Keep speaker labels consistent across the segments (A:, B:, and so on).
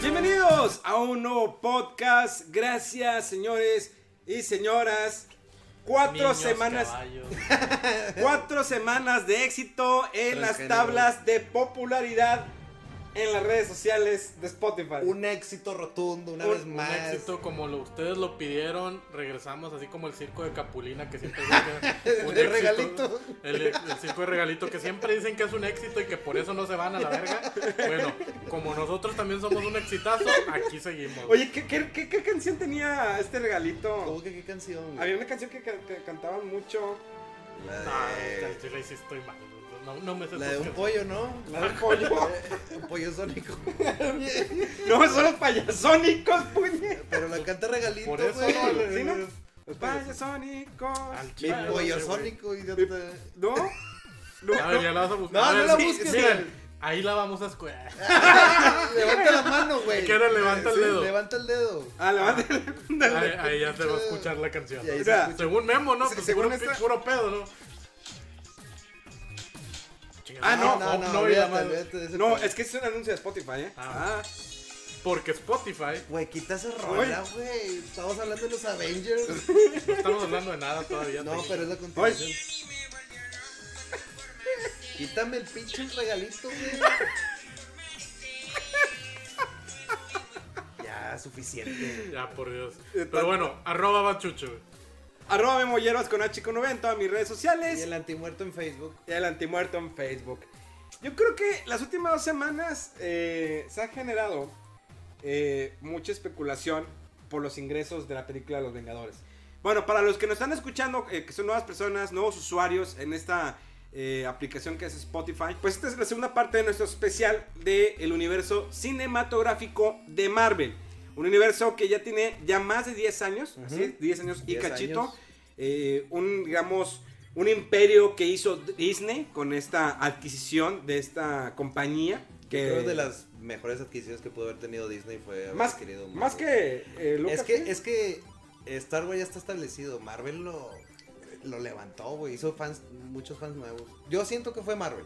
A: Bienvenidos a un nuevo podcast. Gracias, señores y señoras. Cuatro
B: Niños,
A: semanas,
B: caballos.
A: cuatro semanas de éxito en las
C: Transgénero.
A: tablas de popularidad en las redes sociales de Spotify.
C: Un éxito rotundo, una
A: Un-
C: vez
B: Un
C: más.
B: éxito como lo, ustedes lo pidieron, regresamos así como el circo de Capulina que siempre dicen que es un
C: De
B: éxito.
C: regalito.
B: El, el circo de regalito que siempre dicen que es un éxito y que por eso no se van a la verga. Bueno, como nosotros también somos un exitazo, aquí seguimos.
A: Oye, ¿qué, qué, qué- qué canción tenía este
C: ¿Cómo
A: regalito?
C: que qué canción? güey?
A: Había una canción que, ca- que cantaban mucho.
C: La
B: no,
C: de,
B: esta- esta- Ah, sí estoy mal. No, no me sé
C: la
B: tus
C: de un
B: canciones.
C: pollo, ¿no?
A: La del pollo.
C: Un pollo sónico.
A: no, son los payasónicos, puñe.
C: Pero la canta regalito,
B: Por eso
C: güey.
B: no le-
A: ¿Sí, no?
B: Al
A: Los payasónicos.
C: Mi
B: chile, no
C: pollo
B: sé, güey.
C: sónico, idiota.
A: ¿No?
B: A ver, ya la vas a buscar.
C: No,
B: A
C: no
B: ver,
C: la
B: sí,
C: busques,
B: miren,
C: güey.
B: ahí la vamos a escuchar.
C: Levanta la mano, güey.
B: ¿Qué era? Levanta el
C: Sí,
B: dedo.
C: Levanta el dedo.
A: Ah, la banda.
B: Ahí, ahí ya se va a escuchar la canción.
C: Y ahí
A: Mira,
C: se escucha.
B: Según Memo, ¿no?
A: Se-
B: Pues
A: según
B: según puro,
A: esta-
B: puro pedo, ¿no?
A: Ah, no,
C: no, no,
B: y la
C: olvídate,
B: madre.
C: olvídate de ese
A: No,
C: pedo.
A: es que es un anuncio de Spotify, ¿eh?
B: Ah.
A: Ah,
B: Porque Spotify,
C: Güey, quita esa rola, güey. Estamos hablando de los Avengers.
B: no estamos hablando de nada todavía.
C: No,
B: te-
C: pero es la continuación. Quítame el pinche regalito, güey. ya, suficiente.
B: Ya, por Dios.
A: Eh,
B: Pero
A: tan-
B: bueno, arroba bachucho.
A: Ah. Arroba Memolleros con H con 90 en mis redes
C: Y
A: sociales.
C: el antimuerto en Facebook.
A: Y el antimuerto en Facebook. Yo creo que las últimas dos semanas eh, se ha generado eh, mucha especulación por los ingresos de la película de Los Vengadores. Bueno, para los que nos están escuchando, eh, que son nuevas personas, nuevos usuarios en esta eh, aplicación que es Spotify, pues esta es la segunda parte de nuestro especial del el universo cinematográfico de Marvel. Un universo que ya tiene ya más de 10 años,
C: Ujú.
A: ¿sí? 10 años y
C: 10
A: cachito.
C: años.
A: eh, un, digamos, un imperio que hizo Disney con esta adquisición de esta compañía. Que
C: Creo que de las mejores adquisiciones que pudo haber tenido Disney fue haber
A: Más,
C: adquirido
A: más
C: Marvel.
A: que. eh,
C: Es que,
A: Lucasfilm.
C: es que Star Wars ya está establecido. Marvel lo, lo levantó, güey. Hizo fans, muchos fans nuevos. Yo siento que fue Marvel.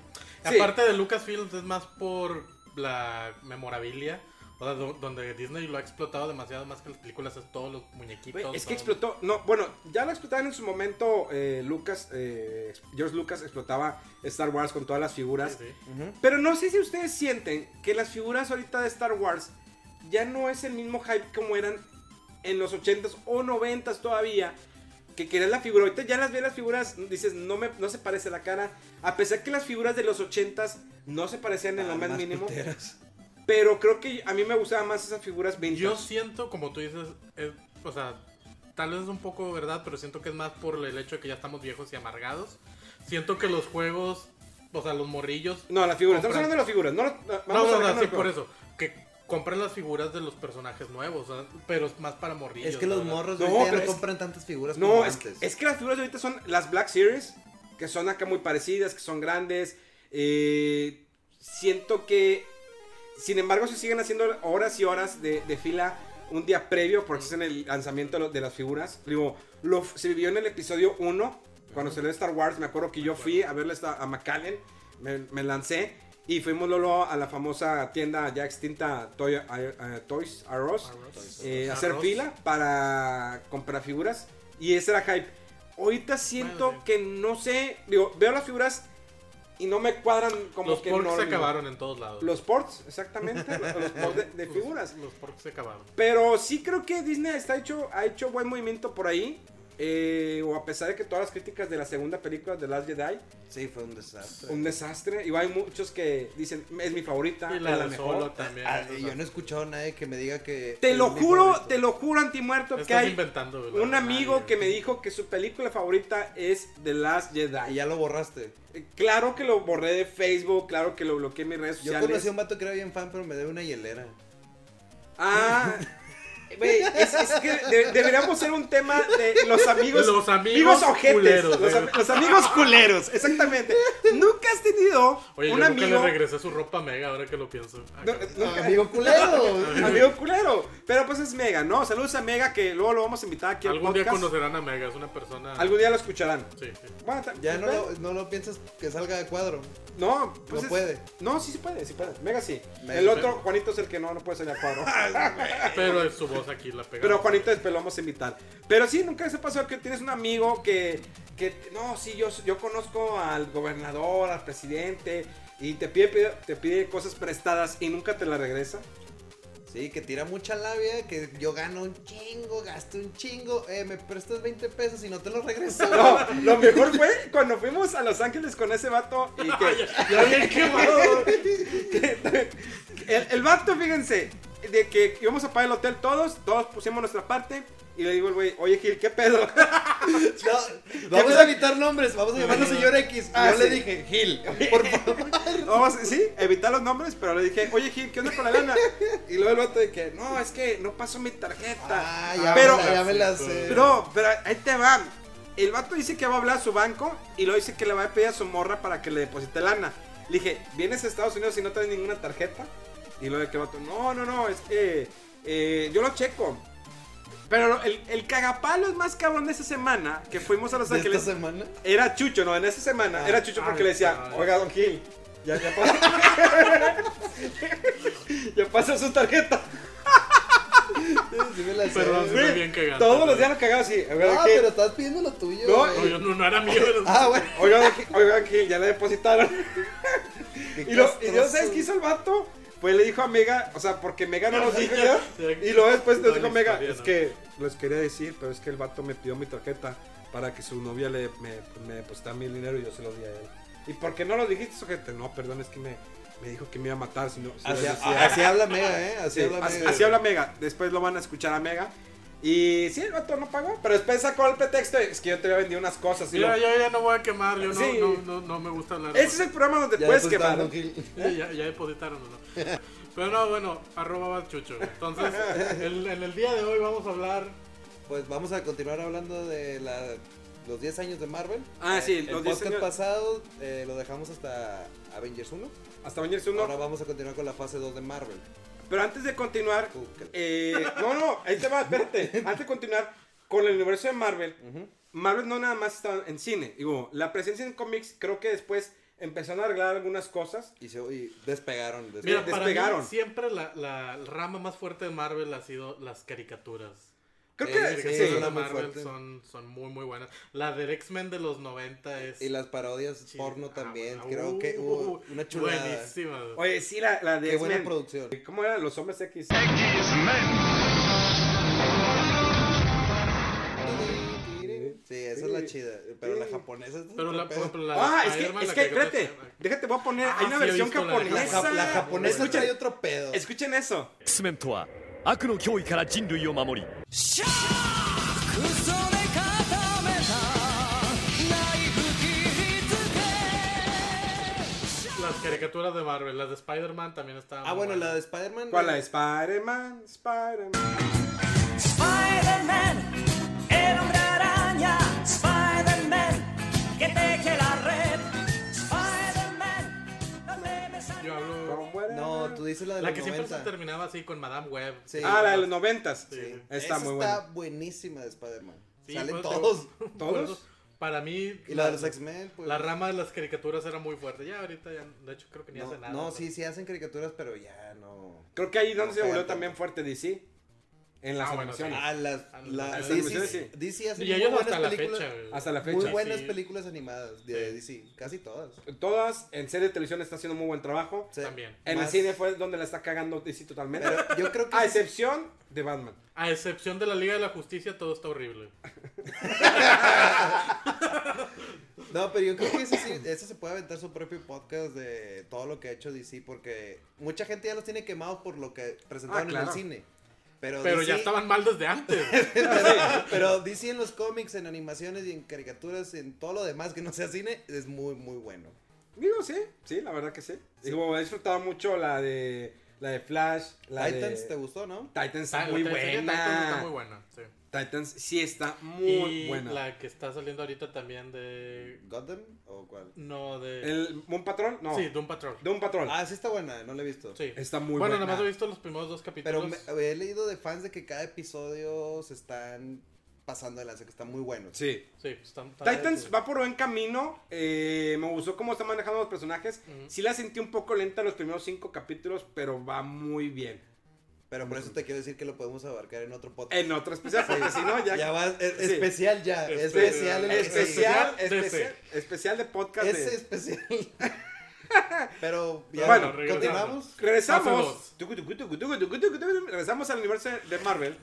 A: Sí.
B: Aparte de Lucasfilms, es más por la memorabilia. O sea, do- donde Disney lo ha explotado demasiado más que las películas, es todos los muñequitos.
A: Güey, es que
B: todo.
A: explotó, no, bueno, ya lo explotaban en su momento eh, Lucas, eh, George Lucas explotaba Star Wars con todas las figuras.
B: Sí, sí.
A: Pero no sé si ustedes sienten que las figuras ahorita de Star Wars ya no es el mismo hype como eran en los 80s o 90s todavía. Que querías la figura. Ahorita ya las ves las figuras, dices, no, me, no se parece la cara. A pesar que las figuras de los 80s no se parecían en lo
C: Ah,
A: más
C: más
A: mínimo.
C: piteras.
A: Pero creo que a mí me gustaban más esas figuras vintage.
B: Yo siento, como tú dices, es- o sea, tal vez es un poco verdad, pero siento que es más por el hecho de que ya estamos viejos y amargados. Siento que los juegos, o sea, los morrillos.
A: No, las figuras. Estamos
B: Compran-
A: hablando de las figuras. No, las- vamos a
B: No, no, no,
A: dejarnos
B: sí,
A: de
B: por
A: juego.
B: eso. Que compran las figuras de los personajes nuevos, o sea, pero es más para morrillos.
C: Es que los
B: ¿verdad?
C: morros
A: No,
C: güey, ya
A: pero
C: no
A: es-
C: compran tantas figuras
A: No,
C: como
A: es que,
C: antes.
A: es que las figuras de ahorita son las Black Series, que son acá muy parecidas, que son grandes. eh, siento que, sin embargo, se siguen haciendo horas y horas de, de fila un día previo, porque es en el lanzamiento de lo- de las figuras. Digo, lo, se vivió en el episodio 1, cuando salió Star Wars, me acuerdo que yo fui a verle a McAllen, me, me lancé. Y fuimos Lolo a la famosa tienda ya extinta Toy- eh, Toys R Us eh, hacer
B: Arroz.
A: fila para comprar figuras. Y ese era hype. Ahorita siento
B: Bueno, sí.
A: que no sé. Digo, veo las figuras y no me cuadran como
B: Los
A: que
B: porcs
A: no.
B: se
A: no.
B: acabaron en todos lados.
A: Los ports, exactamente. los los ports de, de
B: Los-
A: figuras.
B: Los porcs se acabaron.
A: Pero sí creo que Disney está hecho, ha hecho buen movimiento por ahí. eh, o a pesar de que todas las críticas de la segunda película de Last Jedi,
C: Sí, fue un desastre.
A: un desastre. Y hay muchos que dicen, es mi favorita,
B: Y
A: es
B: la
A: la
B: de
A: Ah, mejor.
B: Solo también.
C: Ah,
B: o sea,
C: yo no he escuchado a nadie que me diga que.
A: Te
C: es
A: lo
C: mi
A: juro,
C: favorito.
A: te lo juro, antimuerto, que
B: Estás
A: hay
B: inventando, güey, la
A: un
B: verdad,
A: amigo
B: güey.
A: que me dijo que su película favorita es The Last
C: Y
A: Jedi.
C: ya lo borraste.
A: Eh, Claro que lo borré de Facebook, claro que lo bloqueé en mis redes
C: Yo
A: sociales.
C: conocí a un vato que era bien fan, pero me debe una hielera.
A: Ah, güey, es, es que de- deberíamos ser un tema de los amigos.
B: Los amigos
A: ojetes,
B: culeros,
A: Los, am-
B: eh.
A: los amigos culeros, exactamente. Nunca has tenido
B: Oye,
A: un
B: yo nunca
A: amigo.
B: le regresé su ropa mega ahora que lo pienso. Ah,
A: no, eh,
B: cabrón.
A: nunca-
C: Amigo culero.
A: amigo culero. Pero pues es Mega, ¿no? Saludos a Mega que luego lo vamos a invitar aquí al
B: Algún día
A: podcast.
B: conocerán a Mega, es una persona.
A: Algún día lo escucharán.
B: Sí, sí.
A: Bueno, ta-
C: Ya no lo, no lo piensas que salga de cuadro.
A: No, pues
C: No
A: es-
C: puede.
A: No, sí se puede, sí puede. Mega sí.
C: Mega
A: el
C: sí.
A: otro, Juanito es el que no, no puede salir al cuadro.
B: Pero es su voz aquí la pega.
A: Pero Juanito después lo vamos a invitar. Pero sí, nunca se pasó que tienes un amigo que, que no, sí, yo, yo conozco al gobernador, al presidente, y te pide, pide- te pide cosas prestadas y nunca te las regresa.
C: Sí, que tira mucha labia, que yo gano un chingo, gasto un chingo, eh, me prestas 20 pesos y no te lo regreso.
A: No, lo mejor fue cuando fuimos a Los Ángeles con ese vato y que...
B: Ya bien quemado.
A: El, el vato, fíjense, de que íbamos a pagar el hotel todos, todos pusimos nuestra parte, y le digo al güey, oye Gil, ¿qué pedo?
C: No, vamos a evitar nombres, vamos a llamarlo señor X.
A: Ah,
C: yo
A: sí.
C: le dije, Gil, por favor.
A: Vamos, sí, evitar los nombres, pero le dije, oye Gil, ¿qué onda con la lana? Y luego el vato de que, no, es que no pasó mi tarjeta.
C: Ah, ya,
A: pero,
C: me la, ya me la sé.
A: pero, pero ahí te va. El vato dice que va a hablar a su banco y lo dice que le va a pedir a su morra para que le deposite lana. Le dije, ¿vienes a Estados Unidos y no traes ninguna tarjeta? Y lo de que el vato, no, no, no, es que eh, yo lo checo. Pero el, el cagapalo es más cabrón de esa semana que fuimos a Los
C: ¿De esta
A: Ángeles.
C: semana?
A: Era Chucho, no, en esa semana.
C: Ah,
A: era Chucho porque
B: ay,
A: le decía,
B: caray.
A: oiga, don Gil, ya, ya pasa. ya pasa su tarjeta.
C: Sí me la sé.
B: Perdón, sí,
C: güey.
A: Güey,
B: bien cagante,
A: Todos los
B: güey.
A: días lo cagaba así. Oiga, don
C: Ah,
A: Gil,
C: pero estás pidiendo lo tuyo.
A: No,
B: No,
C: güey.
B: yo no, no era mío. era-
C: Ah, güey.
A: oiga, don Gil, oiga, don Gil, ya le depositaron.
C: Qué
A: y, lo, y yo,
C: castroso.
A: ¿sabes qué hizo el vato? Pues le dijo a Mega, o sea, porque Mega no nos dijo ya.
B: Ya.
A: Y luego después nos
B: No,
A: dijo
B: la
A: Mega,
B: historia,
A: es
B: ¿no?
A: que les quería decir, pero es que el vato me pidió mi tarjeta para que su novia le, me, me depositara mi dinero y yo se lo di a él. ¿Y por qué no lo dijiste, sujete? No, perdón, es que me, me dijo que me iba a matar si no. si no
C: Así,
A: decía".
C: así habla Mega, ¿eh? Así
A: Sí,
C: habla
A: así,
C: Mega.
A: así habla Mega. Después lo van a escuchar a Mega. Y sí, el vato no pagó. Pero después sacó el pretexto. de, Es que yo te había vendido unas cosas. Y
B: Mira,
A: lo-
B: yo ya no voy a quemar, yo no,
A: Sí.
B: no, no, no me gusta hablar.
A: Ese es el programa donde
C: Ya
A: puedes
C: después
A: quemar.
C: estaba Don Gil.
B: Sí, ya, ya depositaron o no. Pero no, bueno, arroba va chucho. güey. Entonces, el- en el día de hoy vamos a hablar.
C: Pues vamos a continuar hablando de la- los 10 años de Marvel. Eh,
A: Ah, sí,
C: El
A: los 10
C: podcast
A: años-
C: pasado eh, lo dejamos hasta Avengers 1.
A: Hasta mañana es uno.
C: Ahora vamos a continuar con la fase 2 de Marvel.
A: Pero antes de continuar.
C: Tú, que-
A: eh, no, no, ahí te va, espérate. Antes de continuar con el universo de Marvel. Marvel no nada más está en cine. Digo, la presencia en cómics creo que después empezaron a arreglar algunas cosas.
C: Y, se, y despegaron. despe-
B: Mira, para
A: despegaron.
B: mí siempre la, la rama más fuerte de Marvel ha sido las caricaturas.
A: Creo
C: Eh,
A: que
B: Las
C: sí,
A: sí.
B: caricaturas de
C: una muy
B: Marvel
C: fuerte.
B: son, son muy, muy buenas. La de X-Men de los 90 es.
A: pues,
C: y las parodias
B: Sí.
C: porno
B: Ah,
C: también.
B: bueno.
C: Creo que hubo
B: Uh,
C: una chulada.
B: Buenísima. güey.
A: Oye, sí, la, la de
C: Qué
A: X-Men.
C: buena
A: Eh,
C: producción.
A: ¿Cómo eran los hombres X?
C: Sí, esa es la chida. Pero la japonesa es
B: Pero la,
C: otro pedo.
B: pero la de
A: Ah, es que,
B: Spider-Man,
A: es
B: la
A: que,
B: caricatura
A: espérate,
B: se llama-
A: déjate, voy a poner,
B: Ah,
A: hay una
B: sí, he
A: versión
B: visto la de
C: la,
A: japonesa.
C: jap- la japonesa
A: escuchen,
C: trae otro pedo.
A: escuchen eso.
D: X-Men とは悪の脅威から人類を守り
B: Las caricaturas de Marvel, las de Spider-Man también estaban.
C: Ah,
B: muy
C: bueno, la
B: buenas.
C: de Spider-Man.
A: ¿Cuál la de Spider-Man? Spider-Man.
E: Spider-Man, el hombre araña, Spider-Man, que teje la red, Spider-Man, donde me sal-
B: Yo hablo.
A: From where-
C: No, tú dices la de
B: La
C: los
B: que siempre
C: 90.
B: se terminaba así con Madame Web.
C: Sí.
A: Ah, la de los noventas.
B: Sí.
A: Está
C: Esa
A: muy
C: está
A: buena.
C: buenísima de Spider-Man.
B: Sí,
C: Salen
B: pues, te-
C: todos.
A: ¿Todos?
B: Por eso, Para mí.
C: Y la de los X-Men, pues.
B: La rama de las caricaturas era muy fuerte. Ya ahorita, ya, de hecho, creo que ni
C: no,
B: hace nada.
C: no, sí, sí hacen caricaturas, pero ya no.
A: Creo que ahí donde se volvió
C: Espérate.
A: también fuerte DC. en las
B: Ah, bueno,
A: animaciones.
C: Ah, las,
B: Ah,
C: las
A: las
C: DC,
A: animaciones, sí.
C: DC hace
B: Y
C: muy
B: ellos
C: buenas
B: hasta la
C: películas.
B: fecha, güey.
A: Hasta la
C: muy
A: fecha.
C: buenas
B: sí.
C: películas animadas de DC, casi todas.
A: Todas en serie de televisión está haciendo muy buen trabajo.
C: Sí.
B: También.
A: En
C: Más-
A: el cine Ah, fue donde la está cagando DC totalmente.
C: Pero yo creo que
A: A
C: sí-
A: excepción de Batman.
B: A excepción de la Liga de la Justicia, todo está horrible.
C: No, pero yo creo que ese sí, ese se puede aventar su propio podcast de todo lo que ha hecho DC, porque mucha gente ya los tiene quemados por lo que presentaron
A: Ah, claro.
C: en el cine. Pero,
B: Pero
C: DC,
B: ya estaban mal desde antes.
C: pero, pero DC en los cómics, en animaciones y en caricaturas, en todo lo demás que no sea cine, es muy, muy bueno.
A: Digo, sí, sí, la verdad que sí. Digo, he disfrutado mucho la de la de Flash, la
C: Titans,
A: de
C: ¿te gustó, no?
A: Titans
B: Está-
A: está muy
B: Ah, la tercera
A: buena.
B: Titans Está muy buena, sí.
A: Titans sí está muy
B: Y
A: buena.
B: la que está saliendo ahorita también de...
C: ¿Gotham o cuál?
B: No, de...
A: El Moon Patrol, no.
B: Sí, de un patrón.
A: De un patrón.
C: Ah, sí está buena, no la he visto.
B: Sí.
A: Está muy
B: bueno,
A: buena.
B: nada más he visto los primeros dos capítulos.
C: Pero me- he leído de fans de que cada episodio se están pasando de lanza, que están muy buenos.
A: Sí.
B: Sí, pues, están- están-
A: Titans va por buen camino. eh, me gustó cómo están manejando los personajes. Sí la sentí un poco lenta los primeros cinco capítulos, pero va muy bien.
C: Pero por eso te quiero decir que lo podemos abarcar en otro podcast.
A: En otro especial, porque si no, ya.
C: Ya va, es-
A: Sí.
C: especial ya,
B: Espe-
C: especial. el-
A: Especial,
B: Especial de
A: especial, especial de podcast.
C: Es
A: de-
C: especial. Pero ya,
A: Bueno,
C: continuamos.
A: Regresamos.
B: Fase
A: Tucu, tucu, tucu, tucu, tucu, tucu, tucu, Regresamos al universo de Marvel.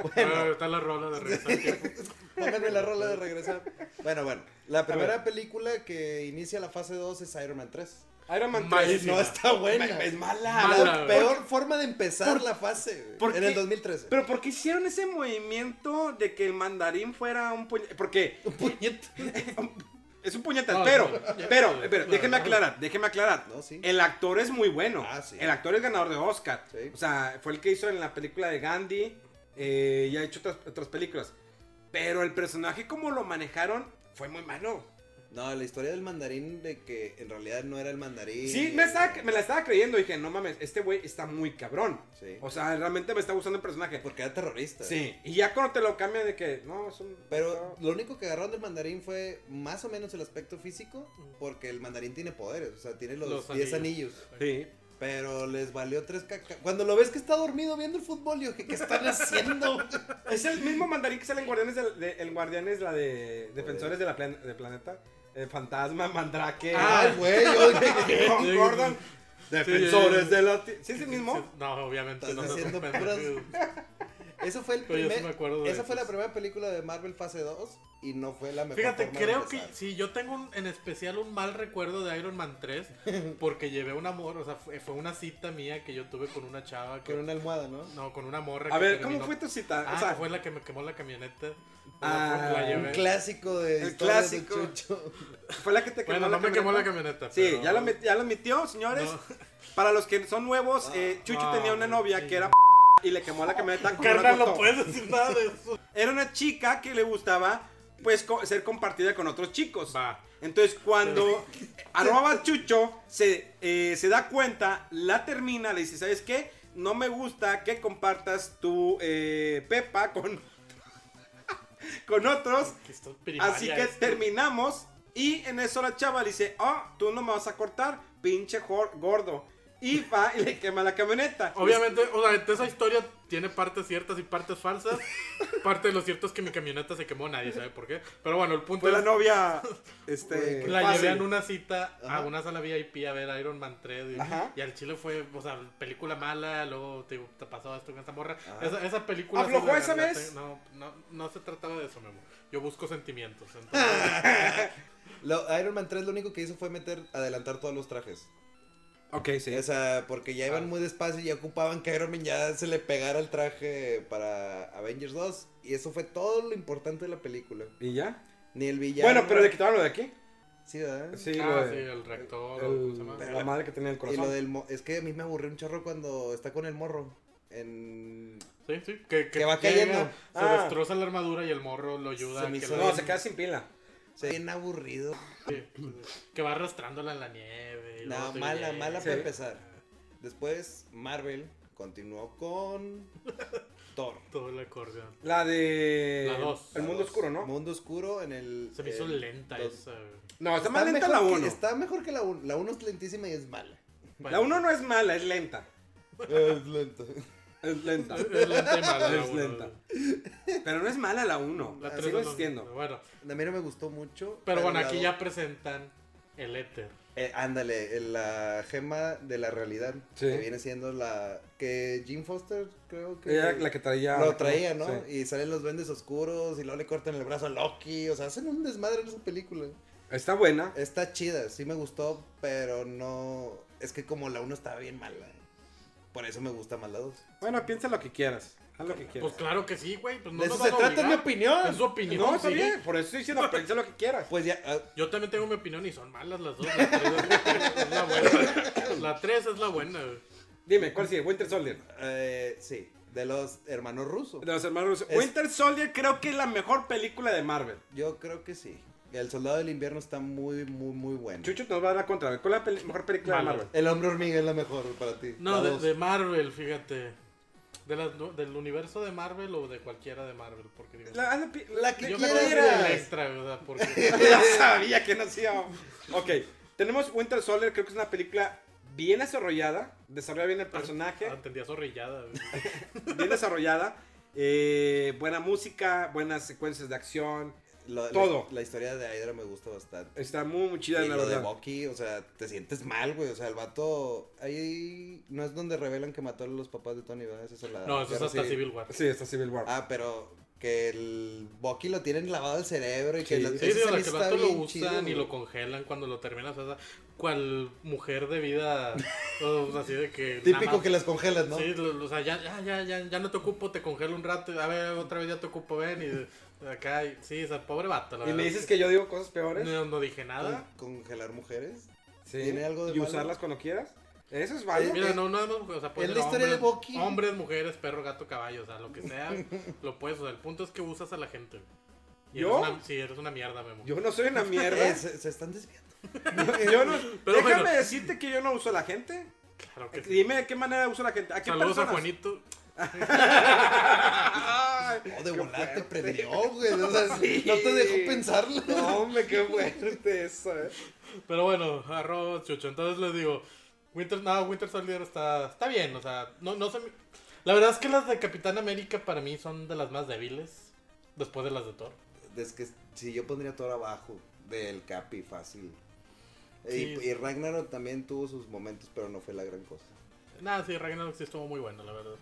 B: Ah, está la rola de regresar al tiempo.
C: Pónganme la rola de regresar. Bueno, bueno. La primera película que inicia la fase 2 es Iron Man 3.
A: Iron Man 3.
B: Malísima.
C: No está buena.
A: Es mala.
B: Mala,
C: La
B: güey.
C: peor forma de empezar la fase. güey,
A: ¿Por
C: en
A: qué?
C: el 2013.
A: Pero ¿por qué hicieron ese movimiento de que el mandarín fuera un puñet? Porque es un puñetal,
B: No,
A: pero,
B: es un puñetal.
A: pero, pero,
B: Claro,
A: déjeme
B: claro.
A: aclarar, déjeme aclarar.
C: No, sí.
A: El actor es muy bueno.
C: Ah, sí.
A: El actor es ganador de Oscar.
C: Sí.
A: O sea, fue el que hizo en la película de Gandhi eh, y ha hecho otras, otras películas. Pero el personaje como lo manejaron fue muy malo.
C: No, la historia del mandarín de que en realidad no era el mandarín.
A: Sí, me, estaba- me la estaba creyendo. Dije, no mames, este güey está muy cabrón.
C: Sí.
A: O sea, realmente me está gustando el personaje.
C: Porque era terrorista.
A: Sí, y ya cuando te lo cambian de que, no, es un...
C: Pero lo único que agarraron del mandarín fue más o menos el aspecto físico,
A: Mm.
C: porque el mandarín tiene poderes, o sea, tiene los
B: Los
C: 10 anillos.
B: anillos.
A: Sí.
C: Pero les valió tres caca. Cuando lo ves que está dormido viendo el fútbol, yo, ¿qué, qué están haciendo?
A: Es el mismo mandarín que sale en Guardianes, del- de, en Guardianes la de Defensores de la plan- de Planeta. Eh, fantasma, Mandrake.
C: Ay, güey, yo
A: Con
B: Ah. Sí,
A: Gordon. Defensores
B: sí, sí.
A: de la... ti- ¿Sí es el mismo?
B: No, obviamente
C: Estás
B: no. se
C: haciendo
B: puede.
C: puras- Eso fue el
B: Pero yo sí
C: primer.
B: me acuerdo de
C: esa fue la
B: esos.
C: primera película de Marvel fase 2 y no fue la mejor.
B: Fíjate,
C: forma de
B: creo que
C: empezar.
B: sí, yo tengo un- en especial un mal recuerdo de Iron Man 3 porque llevé una morra, o sea, fue, fue una cita mía que yo tuve con una chava que
C: Con una almohada, ¿no?
B: no, con una morra
A: A
B: que
A: ver, ¿cómo
B: terminó-
A: fue tu cita?
B: Ah,
A: o sea,
B: que fue la que me quemó la camioneta.
A: Ah,
B: la
C: Un
B: llevé.
C: clásico de.
A: El
C: historias de
A: clásico.
C: Chucho.
A: fue la que te quemó
B: Bueno,
A: la
B: no me quemó la
A: camioneta?
B: camioneta.
A: Sí,
B: pero-
A: ya, lo met- ya lo admitió, señores. Para los que son nuevos, eh, Chucho
B: Ah,
A: tenía una novia
B: sí.
A: que era y le quemó la camioneta. como le
B: Carnal, no
A: gustó.
B: puedes decir nada de eso.
A: Era una chica que le gustaba pues co- ser compartida con otros chicos.
B: Va.
A: Entonces cuando arroba Chucho se, eh, se da cuenta, la termina, le dice, ¿sabes qué? No me gusta que compartas tu eh, pepa con, con otros.
B: Que esto es primaria,
A: Así que
B: esto.
A: terminamos. Y en eso la chava le dice, oh, tú no me vas a cortar, pinche jor- gordo. Y va y le quema la camioneta.
B: Obviamente, o sea, de esa historia tiene partes ciertas y partes falsas. Parte de lo cierto es que mi camioneta se quemó, nadie sabe por qué. Pero bueno, el punto
A: Fue
B: es
A: la novia, este...
B: pues, la
A: fácil.
B: llevé en una cita a
C: Ajá.
B: una sala VIP a ver Iron Man 3 y,
A: Ajá.
B: y al chile fue, o sea, película mala, luego te, digo, te pasó esto con esta morra. Esa, esa película... sí,
A: Ah. ¿Aflojó
B: la
A: esa
B: verdad,
A: vez?
B: te- No, no, no se trataba de eso, Memo. Yo busco sentimientos. entonces-
C: Lo- Iron Man 3 lo único que hizo fue meter, adelantar todos los trajes.
A: Ok, sí.
C: O sea, porque ya
B: Ah.
C: iban muy despacio y ya ocupaban que Iron Man ya se le pegara el traje para Avengers 2. Y eso fue todo lo importante de la película.
A: ¿Y ya?
C: Ni el villano.
A: Bueno, pero le quitaron lo de aquí.
C: Sí, ¿verdad?
A: Sí,
B: ah,
A: lo
B: sí,
A: de-
B: el rector. o
A: el-
B: ¿cómo se llama?
A: la madre que tenía el
C: Y
A: corazón.
C: lo del mo- es que a mí me aburrió un chorro cuando está con el morro. En...
B: Sí, sí, que,
C: que
B: llega,
C: va cayendo.
B: Se
A: Ah.
B: destroza la armadura y el morro lo ayuda.
C: Se
B: a
C: me
B: que,
C: hizo-
B: lo-
A: No, se queda sin pila.
C: Se ve bien aburrido.
B: sí, sí, sí, que va arrastrándola en la nieve. y luego
C: No,
B: te
C: mala,
B: llega.
C: mala
A: Sí.
C: para empezar. Después, Marvel continuó con Thor.
B: Todo el acordeón.
A: La de.
B: La dos.
A: El mundo oscuro, ¿no?
C: Mundo oscuro en el.
B: Se me hizo
C: el
B: lenta
C: dos.
B: esa. güey.
A: No, está más lenta
C: mejor
A: la
C: que-
A: 1.
C: Está mejor que la 1. La 1 es lentísima y es mala.
A: La 1 no es mala, es lenta.
C: Es
A: Es
C: lenta.
A: lenta.
B: Es lenta y mala, la
A: Es
B: uno.
A: lenta. Pero no es mala la 1.
B: La tres
A: Sigo
B: no-
A: existiendo.
B: Bueno,
C: A mí no me gustó mucho.
B: pero bueno,
C: la
B: aquí
C: do-
B: ya presentan el éter.
C: Eh, ándale, la gema de la realidad.
A: Sí.
C: Que viene siendo la. Que Jim Foster, creo que.
A: Era la que traía.
C: Lo traía, ¿no?
A: Sí.
C: Y salen los duendes oscuros y luego le cortan el brazo a Loki. O sea, hacen un desmadre en esa película.
A: Está buena.
C: Está chida, sí me gustó, pero no. Es que como la 1 estaba bien mala. Por eso me gusta más la 2.
A: Bueno, piensa lo que quieras. Haz lo que quieras.
B: Pues claro que sí, güey. Pues no
C: de
B: nos
C: eso se
B: van a
C: trata, es mi
B: obligar.
C: opinión.
B: Es su opinión.
A: no, está
B: sí.
A: bien. Por eso estoy diciendo, piensa lo que quieras.
C: Pues ya. ah,
B: Yo también tengo mi opinión y son malas las dos. La 3 es la buena. La 3 es la buena, güey.
A: Dime, ¿cuál sigue? Winter Soldier.
C: eh, sí, de los hermanos rusos.
A: De los hermanos rusos.
C: Es-
A: Winter Soldier creo que es la mejor película de Marvel.
C: Yo creo que sí. El soldado del invierno está muy, muy, muy bueno.
A: Chucho nos va a dar la contra. ¿Cuál es la peli- mejor película de
B: Vale.
A: Marvel?
C: El hombre hormiga es la mejor para ti.
B: No,
C: la
B: de,
C: dos.
B: de Marvel, fíjate. De las nu- del universo de Marvel o de cualquiera de Marvel, porque digo,
A: La, haz la pi-
C: La que
B: yo me
C: quieras,
B: voy a ir
C: güey.
B: al extra, ¿verdad? Porque
A: Ya sabía que no hacía. Ok, tenemos Winter Soldier, creo que es una película bien desarrollada. Desarrolla bien el personaje,
B: ah, entendía zorrillada. güey.
A: bien desarrollada. eh, buena música, buenas secuencias de acción.
C: Lo- la-
A: todo.
C: La, historia de Hydra me gusta bastante.
A: Está muy, muy chida,
C: y
A: la
C: lo de
A: verdad.
C: Bucky, o sea, te sientes mal, güey. O sea, el vato. Ahí no es donde revelan que mató a los papás de Tony, ¿verdad? Esa es la
B: No, eso es
C: guerra
B: hasta
C: civil.
B: Civil War.
A: Sí, está Civil War.
C: Ah, pero que el Bucky lo tienen lavado el cerebro y que
A: Sí.
C: la,
B: Sí,
C: esa
B: digo, la que
C: escena
B: el
C: está
B: vato lo
C: bien
B: usan
C: chida,
B: y
C: güey.
B: lo congelan cuando lo terminas. O sea, cual mujer de vida. o sea, así de que. nada
C: Típico
B: más-
C: que las congelas, ¿no?
B: Sí, lo- lo- o sea, ya, ya, ya, ya, ya no te ocupo, te congelo un rato. y A ver, otra vez ya te ocupo, ven. Y de acá, y- sí, o sea, pobre vato, la
A: y me
B: verdad.
A: dices que yo digo cosas peores.
B: No, no dije nada.
C: Con- congelar mujeres.
A: Sí.
C: ¿Tiene algo de
A: Y
C: malo?
A: usarlas cuando quieras. Eso es válido.
B: Mira, no, nada más, o sea, puede
C: Es
B: ser
C: la historia de
B: hombres,
C: Bucky.
B: hombres, mujeres, perro, gato, caballo, o sea, lo que sea, lo puedes usar. El punto es que usas a la gente. Y
A: ¿Yo?
B: Eres una, sí, eres una mierda, Memo.
A: Yo no soy una mierda.
C: Eh, se, se están desviando.
A: Yo no-
B: Pero
A: déjame
B: bueno.
A: decirte que yo no uso a la gente.
B: Claro que sí.
A: Dime de qué manera uso a la gente. ¿A qué
B: Saludos a
A: personas?
B: Juanito.
A: Ay,
C: Oh, de
A: qué
C: volar te
A: fuerte.
C: prendió, güey. O sea, no te dejó pensarlo.
A: No, hombre, qué fuerte eso, eh.
B: Pero bueno, arroba chucho. Entonces les digo, Winter, no, Winter Soldier está, está bien, o sea, no, no se me- La verdad es que las de Capitán América para mí son de las más débiles, después de las de Thor.
C: Es que si yo pondría todo abajo del Capi, fácil.
B: Sí.
C: Y, y Ragnarok también tuvo sus momentos, pero no fue la gran cosa.
B: Nada, sí, Ragnarok sí estuvo muy bueno, la verdad.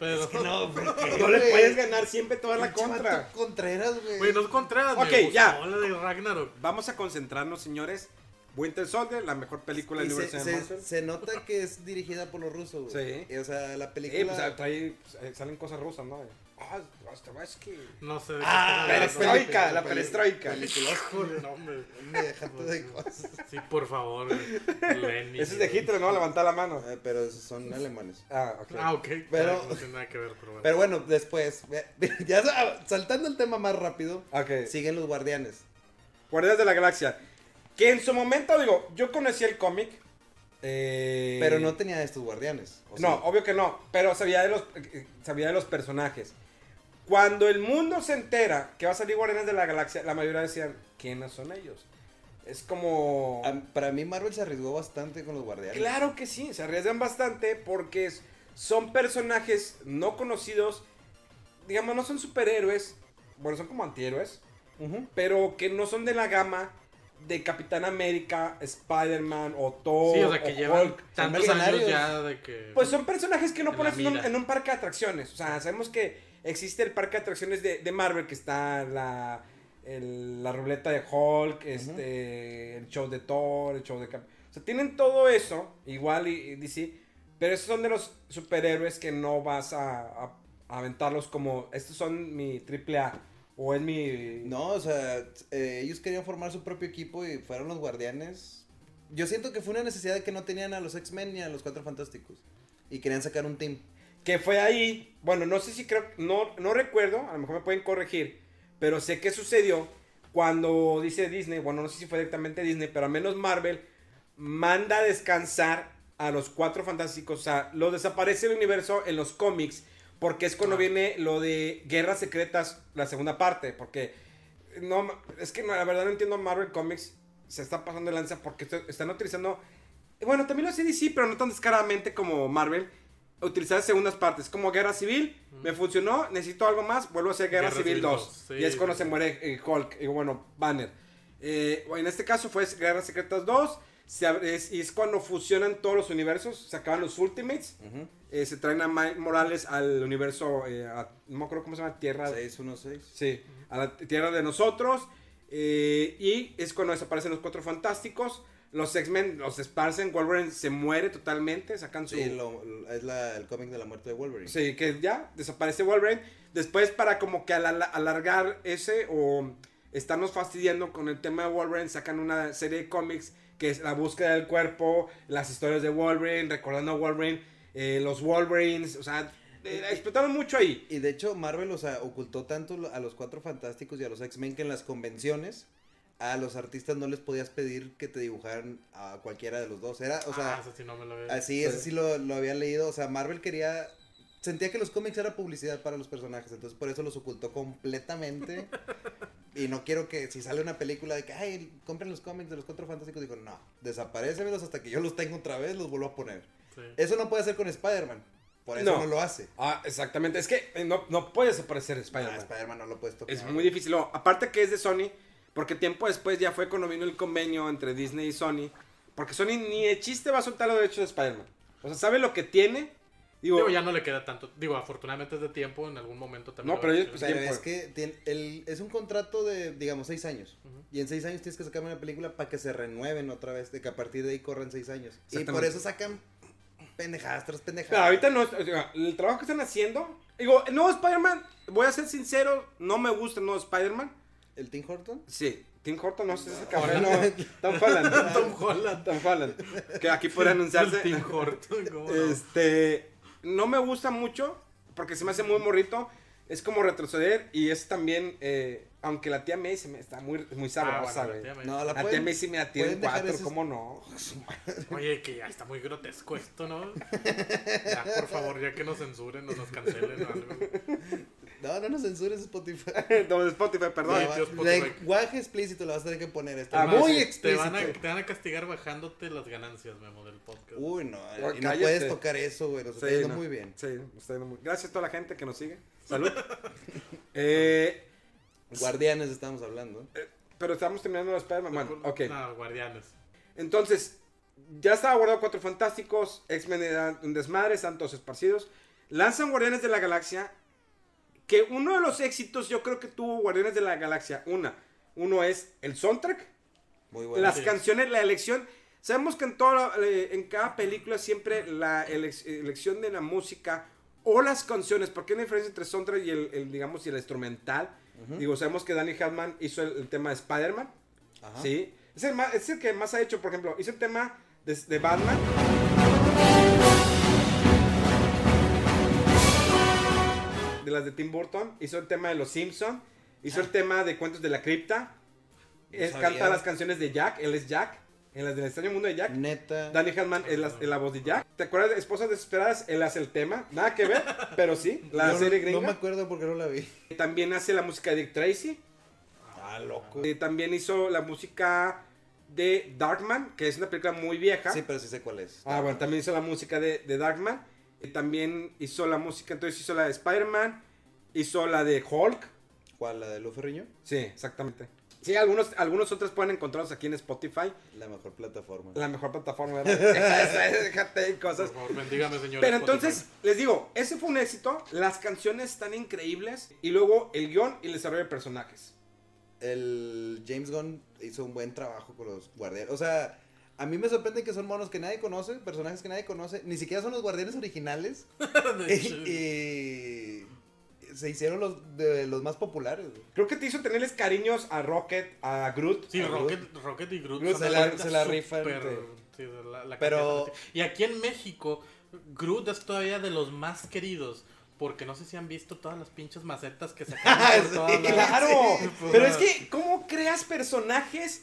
B: Pero...
A: No le puedes ganar, siempre te va a dar la contra.
C: Contreras, güey.
B: Güey, no es Contreras,
A: Ok,
B: me gustó
A: ya.
B: la de Ragnarok.
A: Vamos a concentrarnos, señores. Winter Soldier, la mejor película
C: Y
A: del
C: se,
A: universo de
C: se,
A: Marvel.
C: se nota que es dirigida por los rusos, güey.
A: Sí.
C: Y, O sea, la
A: Sí,
C: película.
A: pues ah, trae, pues, eh, salen cosas rusas, ¿no? Ah, Ostrovsky.
B: No sé.
C: Ah,
B: de qué están hablando.
A: perestroika, la perestroika.
B: Híjole, no, hombre.
C: Me dejaste de cosas.
B: Sí, por favor. Lenin.
A: Ese es de Hitler, ¿no? Levantar la mano.
C: Eh, pero esos son alemanes.
A: Ah, ok.
B: Ah, ok.
C: Pero-
B: No tiene nada que ver, pero bueno.
C: Pero bueno, después, ve- ya sa- saltando el tema más rápido,
A: Ok.
C: siguen los guardianes.
A: Guardianes de la Galaxia. Que en su momento, digo, yo conocí el cómic. eh,
C: Pero no tenía estos guardianes. o
A: no,
C: sea,
A: obvio que no, pero sabía de los eh, sabía de los personajes. Cuando el mundo se entera que va a salir Guardianes de la Galaxia, la mayoría decían, ¿quiénes son ellos? Es como
C: a- para mí Marvel se arriesgó bastante con los guardianes.
A: Claro que sí, se arriesgan bastante porque es- son personajes no conocidos, digamos, no son superhéroes, bueno, son como antihéroes,
C: Ujú.
A: pero que no son de la gama de Capitán América, Spider-Man o Thor.
B: Sí, o sea, que llevan
A: Hulk.
B: tantos años
C: mercenarios.
B: ya de que.
A: Pues son personajes que no
B: En
A: pones
B: la
A: en un,
B: mira.
A: en un parque de atracciones. O sea, sabemos que existe el parque de atracciones de, de Marvel, que está la, el- la ruleta de Hulk, este, el show de Thor, el show de Cap. O sea, tienen todo eso, igual y, y DC, pero esos son de los superhéroes que no vas a, a- a aventarlos como, estos son mi triple A, o es mi...
C: No, o sea, eh, ellos querían formar su propio equipo y fueron los guardianes. Yo siento que fue una necesidad de que no tenían a los X-Men ni a los Cuatro Fantásticos. Y querían sacar un team.
A: Que fue ahí, bueno, no sé si creo, no, no recuerdo, a lo mejor me pueden corregir, pero sé que sucedió cuando dice Disney, bueno, no sé si fue directamente Disney, pero al menos Marvel manda a descansar a los cuatro fantásticos, o sea, lo desaparece el universo en los cómics, porque es cuando viene lo de Guerras Secretas, la segunda parte, porque no, ma- es que no, la verdad no entiendo Marvel Comics, se está pasando de lanza porque esto- están utilizando, bueno, también lo hace DC, pero no tan descaradamente como Marvel, utilizar segundas partes. Como Guerra Civil, me funcionó, necesito algo más, vuelvo a hacer Guerra,
B: Guerra
A: Civil
B: Civil
A: 2.
B: dos, sí,
A: y es cuando
B: sí,
A: se
B: sí.
A: muere eh, Hulk, y bueno, Banner. Eh, en este caso fue Guerra Secretas 2, se abre- es- y es cuando fusionan todos los universos, se acaban los Ultimates, eh, se traen a Miles Morales al universo, eh, a- no me acuerdo cómo se llama, Tierra...
C: 616.
A: Sí, a la tierra de nosotros. eh, y es cuando desaparecen los cuatro fantásticos. Los X-Men los esparcen. Wolverine se muere totalmente. Sacan su.
C: Sí, lo- lo- es la, el cómic de la muerte de Wolverine.
A: Sí, que ya desaparece Wolverine. Después, para como que ala- alargar ese o estarnos fastidiando con el tema de Wolverine, sacan una serie de cómics que es la búsqueda del cuerpo, las historias de Wolverine, recordando a Wolverine, eh, los Wolverines. O sea, eh, explotaron mucho ahí.
C: Y de hecho, Marvel, o sea, ocultó tanto lo- a los cuatro fantásticos y a los X-Men que en las convenciones a los artistas no les podías pedir que te dibujaran a cualquiera de los dos. Era, o sea,
B: ah, eso sí no me lo veo.
C: así, eso sí lo, lo había leído. O sea, Marvel quería. Sentía que los cómics era publicidad para los personajes, entonces por eso los ocultó completamente. y no quiero que si sale una película de que, ay, compren los cómics de los cuatro fantásticos, digo, no, desaparécemelos hasta que yo los tenga otra vez, los vuelvo a poner.
B: Sí.
C: Eso no puede hacer con Spider-Man, por eso
A: No.
C: no, lo hace.
A: Ah, exactamente. Es que eh, no, no puede desaparecer
C: Spider-Man.
A: Spider-Man.
C: Spider-Man no lo puedes tocar.
A: Es muy difícil. Luego, aparte que es de Sony, porque tiempo después ya fue cuando vino el convenio entre Disney y Sony. Porque Sony ni de chiste va a soltar los derechos de Spider-Man. O sea, sabe lo que tiene. Digo,
B: Digo, ya no le queda tanto. Digo, afortunadamente es de tiempo, en algún momento también.
A: No,
B: lo va a
A: pero pues,
B: hacer.
A: ellos-
C: Pero
A: tiempo.
C: es que tiene- el- es un contrato de, digamos, seis años. Y en seis años tienes que sacar una película para que se renueven otra vez, de que a partir de ahí corran seis años. Y
A: Exactamente.
C: por eso sacan pendejadas tras pendejadas.
A: pero ahorita no. es- o sea, el trabajo que están haciendo. Digo, el nuevo Spider-Man, voy a ser sincero, no me gusta el nuevo Spider-Man.
C: ¿El Tim Horton?
A: Sí, Tim Horton, no sé ese cabrón. No, Tom Holland.
B: Tom Holland.
A: Tom Holland. Que aquí puede anunciarse.
B: El Tim Horton, ¿cómo no?
A: Este. No me gusta mucho. Porque se me hace muy morrito. Es como retroceder. Y es también. eh, aunque la tía May se me está muy, muy
B: Ah,
A: sabrosa,
B: bueno,
A: güey.
B: ya me-
C: No, la
A: La tía
C: pueden-
A: May sí me la tira en
C: pueden dejar
A: cuatro.
C: esos-
A: ¿Cómo no?
B: Oye, que ya está muy grotesco esto, ¿no? Ya, por favor, ya que nos censuren o nos cancelen o algo.
C: No, no nos censures Spotify.
A: No, de Spotify, perdón.
C: Le va-
B: tío, Spotify.
C: Lenguaje explícito lo vas a tener que poner. Está
A: Ah,
C: muy
A: sí,
B: Te
C: explícito. Uh,
B: van, a, te van a castigar bajándote las ganancias, Memo, del podcast.
C: Uy, no. eh,
A: Oh,
C: y no
A: cállate.
C: puedes tocar eso, güey. Nos está
A: Sí,
C: yendo
A: no.
C: muy bien.
A: Sí, nos está yendo muy- Gracias a toda la gente que nos sigue. Salud. Eh,
C: Guardianes estamos hablando.
A: pero estamos terminando los Spider-Man. Bueno, ok.
B: No, guardianes.
A: Entonces, ya estaba guardado Cuatro Fantásticos, X-Men era un desmadre, están todos esparcidos. Lanzan Guardianes de la Galaxia, que uno de los éxitos yo creo que tuvo Guardianes de la Galaxia, una, uno es el soundtrack,
C: Muy bueno.
A: las
B: sí.
A: canciones, la elección. Sabemos que en, toda la- eh, en cada película siempre la elec- elección de la música o las canciones, porque hay una diferencia entre soundtrack y el, el, digamos, y el instrumental. Digo, sabemos que Danny Hartman hizo el, el tema de Spider-Man.
C: Ajá.
A: Sí. Es el, más- es el que más ha hecho, por ejemplo, hizo el tema de, de Batman. De las de Tim Burton. Hizo el tema de Los Simpson. Hizo el tema de Cuentos de la Cripta. Él
C: Ah. sabía.
A: canta las canciones de Jack. Él es Jack. En las del extraño mundo de Jack.
C: Neta.
A: Danny Hanman es la, es la voz de Jack. ¿Te acuerdas de Esposas Desesperadas? Él hace el tema. Nada que ver, pero sí. La
C: Yo
A: serie
C: no, no me
A: gringa. Eh,
C: acuerdo porque no la vi.
A: También hace la música de Dick Tracy.
C: Ah, loco.
A: Eh, también hizo la música de Darkman, que es una película muy vieja.
C: Sí, pero sí sé cuál es.
A: Ah, bueno, también hizo la música de, de Darkman. Y también hizo la música, entonces hizo la de Spider-Man, hizo la de Hulk.
C: ¿Cuál? ¿La de Lu Ferriño?
A: Sí, exactamente. Sí, algunos, algunos otros pueden encontrarlos aquí en Spotify,
C: La mejor plataforma.
A: la mejor plataforma. ¿verdad? Déjate de
B: Por
A: cosas.
B: favor, bendígame, señor.
A: Pero
B: Spotify.
A: entonces, les digo, ese fue un éxito, las canciones están increíbles, y luego el guión y el desarrollo de personajes.
C: El James Gunn hizo un buen trabajo con los guardianes. O sea, a mí me sorprende que son monos que nadie conoce, personajes que nadie conoce. Ni siquiera son los guardianes originales. y,
B: De hecho,
C: y se hicieron los, de los más populares. güey.
A: Creo que te hizo tenerles cariños a Rocket, a Groot.
B: Sí,
A: a
B: Rocket, Rocket y Groot.
C: Groot
B: son
C: se
B: de
C: la-
B: ahorita
C: se la rifan,
B: súper-
C: sí.
B: sí, de la- la
C: Pero-
B: cantidad de- Y aquí en México, Groot es todavía de los más queridos. Porque no sé si han visto todas las pinches macetas que sacaron. por todas las-
A: Claro,
B: Sí, pues,
A: pero
B: ah.
A: es que, ¿cómo creas personajes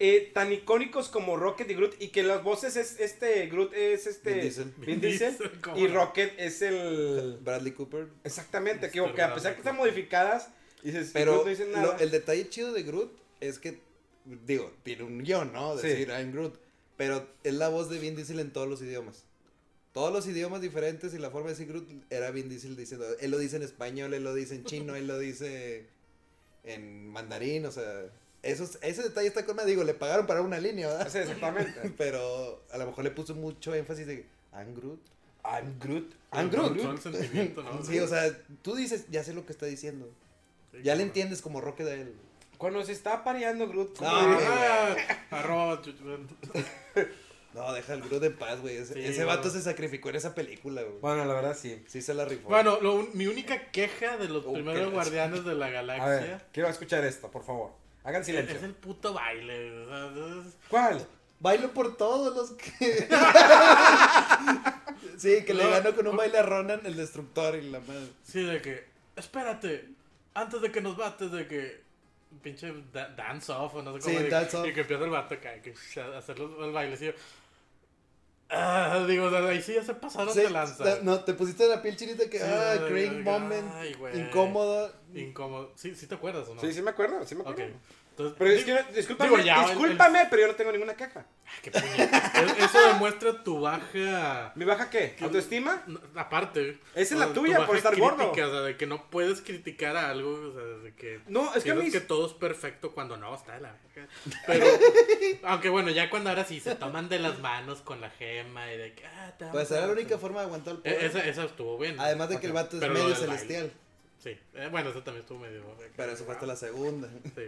A: eh, tan icónicos como Rocket y Groot? Y que las voces es este, Groot es este.
C: Vin Diesel.
A: Vin Diesel,
B: Vin Diesel, ¿cómo
A: y
B: no?
A: Rocket es el.
C: Bradley Cooper.
A: Exactamente,
B: Mr.
A: que que a pesar que están modificadas, dices,
C: Pero
A: Groot no dice
C: lo-
A: nada.
C: el detalle chido de Groot es que, digo, tiene un guión, ¿no?
A: Sí.
C: Decir, I'm Groot. Pero es la voz de Vin Diesel en todos los idiomas. Todos los idiomas diferentes y la forma de decir Groot era Vin Diesel diciendo. Él lo dice en español, él lo dice en chino, él lo dice en mandarín, o sea. Esos, ese detalle está como digo, le pagaron para una línea, ¿verdad?
A: O sea, exactamente.
C: Pero a lo mejor le puso mucho énfasis de I'm Groot.
A: I'm Groot.
C: I'm Groot.
B: Son sentimientos, ¿no?
C: Sí, o sea, tú dices, ya sé lo que está diciendo.
B: Sí,
C: Ya le
B: claro.
C: entiendes como Rocket a él.
A: Cuando se está pareando Groot.
C: No,
A: ¿cómo le-
B: Ah, arroz, chuchu-
C: No, deja al Groot en paz, güey. Ese,
B: Sí,
C: ese vato
B: no.
C: se sacrificó en esa película, güey.
A: Bueno, la verdad sí.
C: Sí se la rifó.
B: Bueno, lo un- mi única queja de los
A: Oh, qué
B: primeros
A: la-
B: guardianes de la
A: A ver,
B: galaxia
A: quiero escuchar esto, por favor. Hagan
B: Eh, es el
A: silencio.
B: puto baile. o sea, es-
A: ¿Cuál?
C: Bailo por todos los que. sí, que le
B: No.
C: ganó con un baile a Ronan el destructor y la madre.
B: Sí, de que, espérate, antes de que nos bates, de que pinche da- dance off o no sé
C: Sí,
B: cómo. de-
C: dance off.
B: Y que empieza el vato acá, que a- a hacer los- el bailecillo. Ah, digo, o sea, ahí sí ya se pasaron
C: Sí,
B: de lanza.
C: te- no, te pusiste la piel chinita que.
B: Sí,
C: ah,
B: no,
C: great
B: no, no,
C: moment.
B: ay, güey.
C: incómodo.
B: Incómodo. Sí, sí te acuerdas o no?
A: Sí, sí me acuerdo, sí me
B: Ok.
A: acuerdo.
B: Entonces,
A: Pero es
B: di-
A: que, discúlpame,
B: digo, ya, el- el-
A: discúlpame, pero yo no tengo ninguna queja.
B: Ah, qué puñetas. Es- Eso demuestra tu baja.
A: ¿Mi baja qué? ¿Autoestima?
B: No, Aparte,
A: Esa es
B: o
A: la
B: sea,
A: tuya,
B: tu baja
A: por estar gordo.
B: crítica, O sea, de que no puedes criticar a algo, o sea, de que.
A: No, es que a
B: piensas
A: mí-
B: que todo es perfecto cuando no, está de la verga. Pero, aunque bueno, ya cuando ahora sí se toman de las manos con la gema y de que. Ah, te
C: Pues
B: amo,
C: era la
B: te
C: única
B: amo.
C: forma de aguantar el
B: E-
C: poder.
B: Esa, esa estuvo bien.
C: Además de que el vato es
B: Pero lo
C: medio
B: del baile,
C: celestial.
B: Sí, Eh, bueno, eso también estuvo medio.
C: Pero eso fue hasta la segunda.
B: Sí.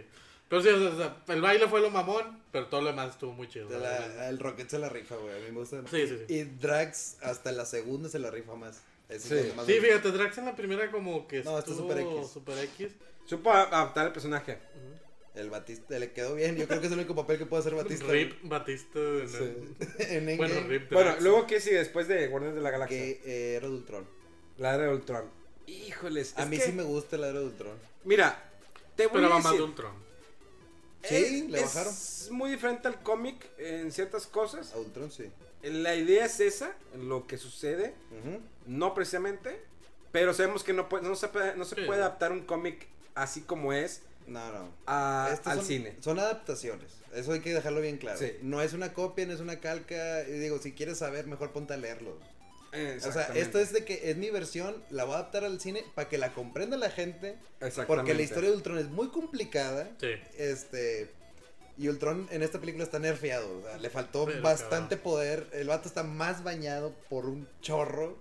B: Pero sí, o sea, o sea, el baile fue lo mamón, pero todo lo demás estuvo muy chido.
C: Se la- el Rocket se la rifa, güey. A mí me gusta.
B: Sí, sí, sí.
C: Y Drax hasta la segunda se la rifa más. Ese
A: Sí.
C: es donde más
B: Sí,
C: me-
B: fíjate, Drax en la primera como que
C: eh, No, está
B: estuvo
C: super X.
B: super X.
A: Supo a- adaptar el personaje.
C: El Batista le quedó bien. Yo creo que es el único papel que puede hacer Batista.
B: Rip Batista. en
C: Sí.
B: el-
C: en Endgame.
B: Bueno, Rip
A: Bueno,
B: Drax.
A: luego que sí, después de Guardianes de la Galaxia.
C: Que eh, era de Ultron.
A: La era de Ultron. Híjoles,
C: A
A: es
C: mí
A: que-
C: sí me gusta la era de Ultron.
A: Mira, te voy
B: Pero
A: a
B: va más
A: decir.
B: de un Tron.
C: Sí, le bajaron.
A: Eh, Es muy diferente al cómic en ciertas cosas.
C: A Ultron sí.
A: La idea es esa, lo que sucede,
C: Ujú.
A: no precisamente, pero sabemos que no, puede- no se, puede- no se
B: Sí.
A: puede adaptar un cómic así como es
C: No, no.
A: a-
C: Estas
A: al
C: son-
A: cine.
C: Son adaptaciones. Eso hay que dejarlo bien claro.
A: Sí.
C: No es una copia, no es una calca. Y digo, si quieres saber, mejor ponte a leerlo. O sea,
A: Eh, Exactamente.
C: esto es de que es mi versión, la voy a adaptar al cine para que la comprenda la gente. Porque la
A: Exactamente.
C: historia de Ultron es muy complicada.
B: Sí.
C: Este. Y Ultron en esta película está nerfeado. o sea, le faltó
B: Pero
C: bastante
B: cabrón.
C: poder. El vato está más bañado por un chorro.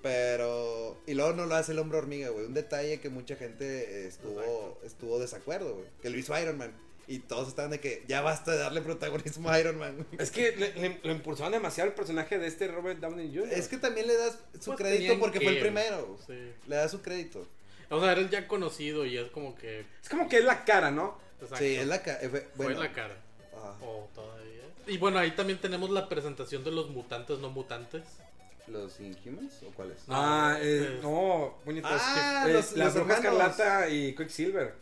C: Pero. Y luego no lo hace el hombre hormiga, güey. Un detalle que mucha gente eh, estuvo, estuvo desacuerdo, güey. Que lo hizo Iron Man. Y todos estaban de que ya basta de darle protagonismo a Iron Man. güey.
A: Es que le- le- lo impulsaron demasiado el personaje de este Robert Downey Jr.
C: Es que también le das su
B: Pues
C: crédito
B: tenían
C: porque
B: que,
C: fue el
B: güey.
C: primero.
B: Sí.
C: Le das su crédito.
B: O sea, eres ya conocido y es como que.
A: Es como que es la cara, ¿no?
B: exacto,
C: Sí, es la cara.
B: fue
C: Bueno,
B: la cara.
C: ah,
B: O todavía. Y bueno, ahí también tenemos la presentación de los mutantes no mutantes.
C: ¿Los Inhumans o cuáles?
B: No,
A: ah, eh,
B: es-
A: no, puñetas.
C: Ah,
A: Eh,
C: los-
A: la
C: los
A: Bruja
C: hermanos.
A: Escarlata y Quicksilver.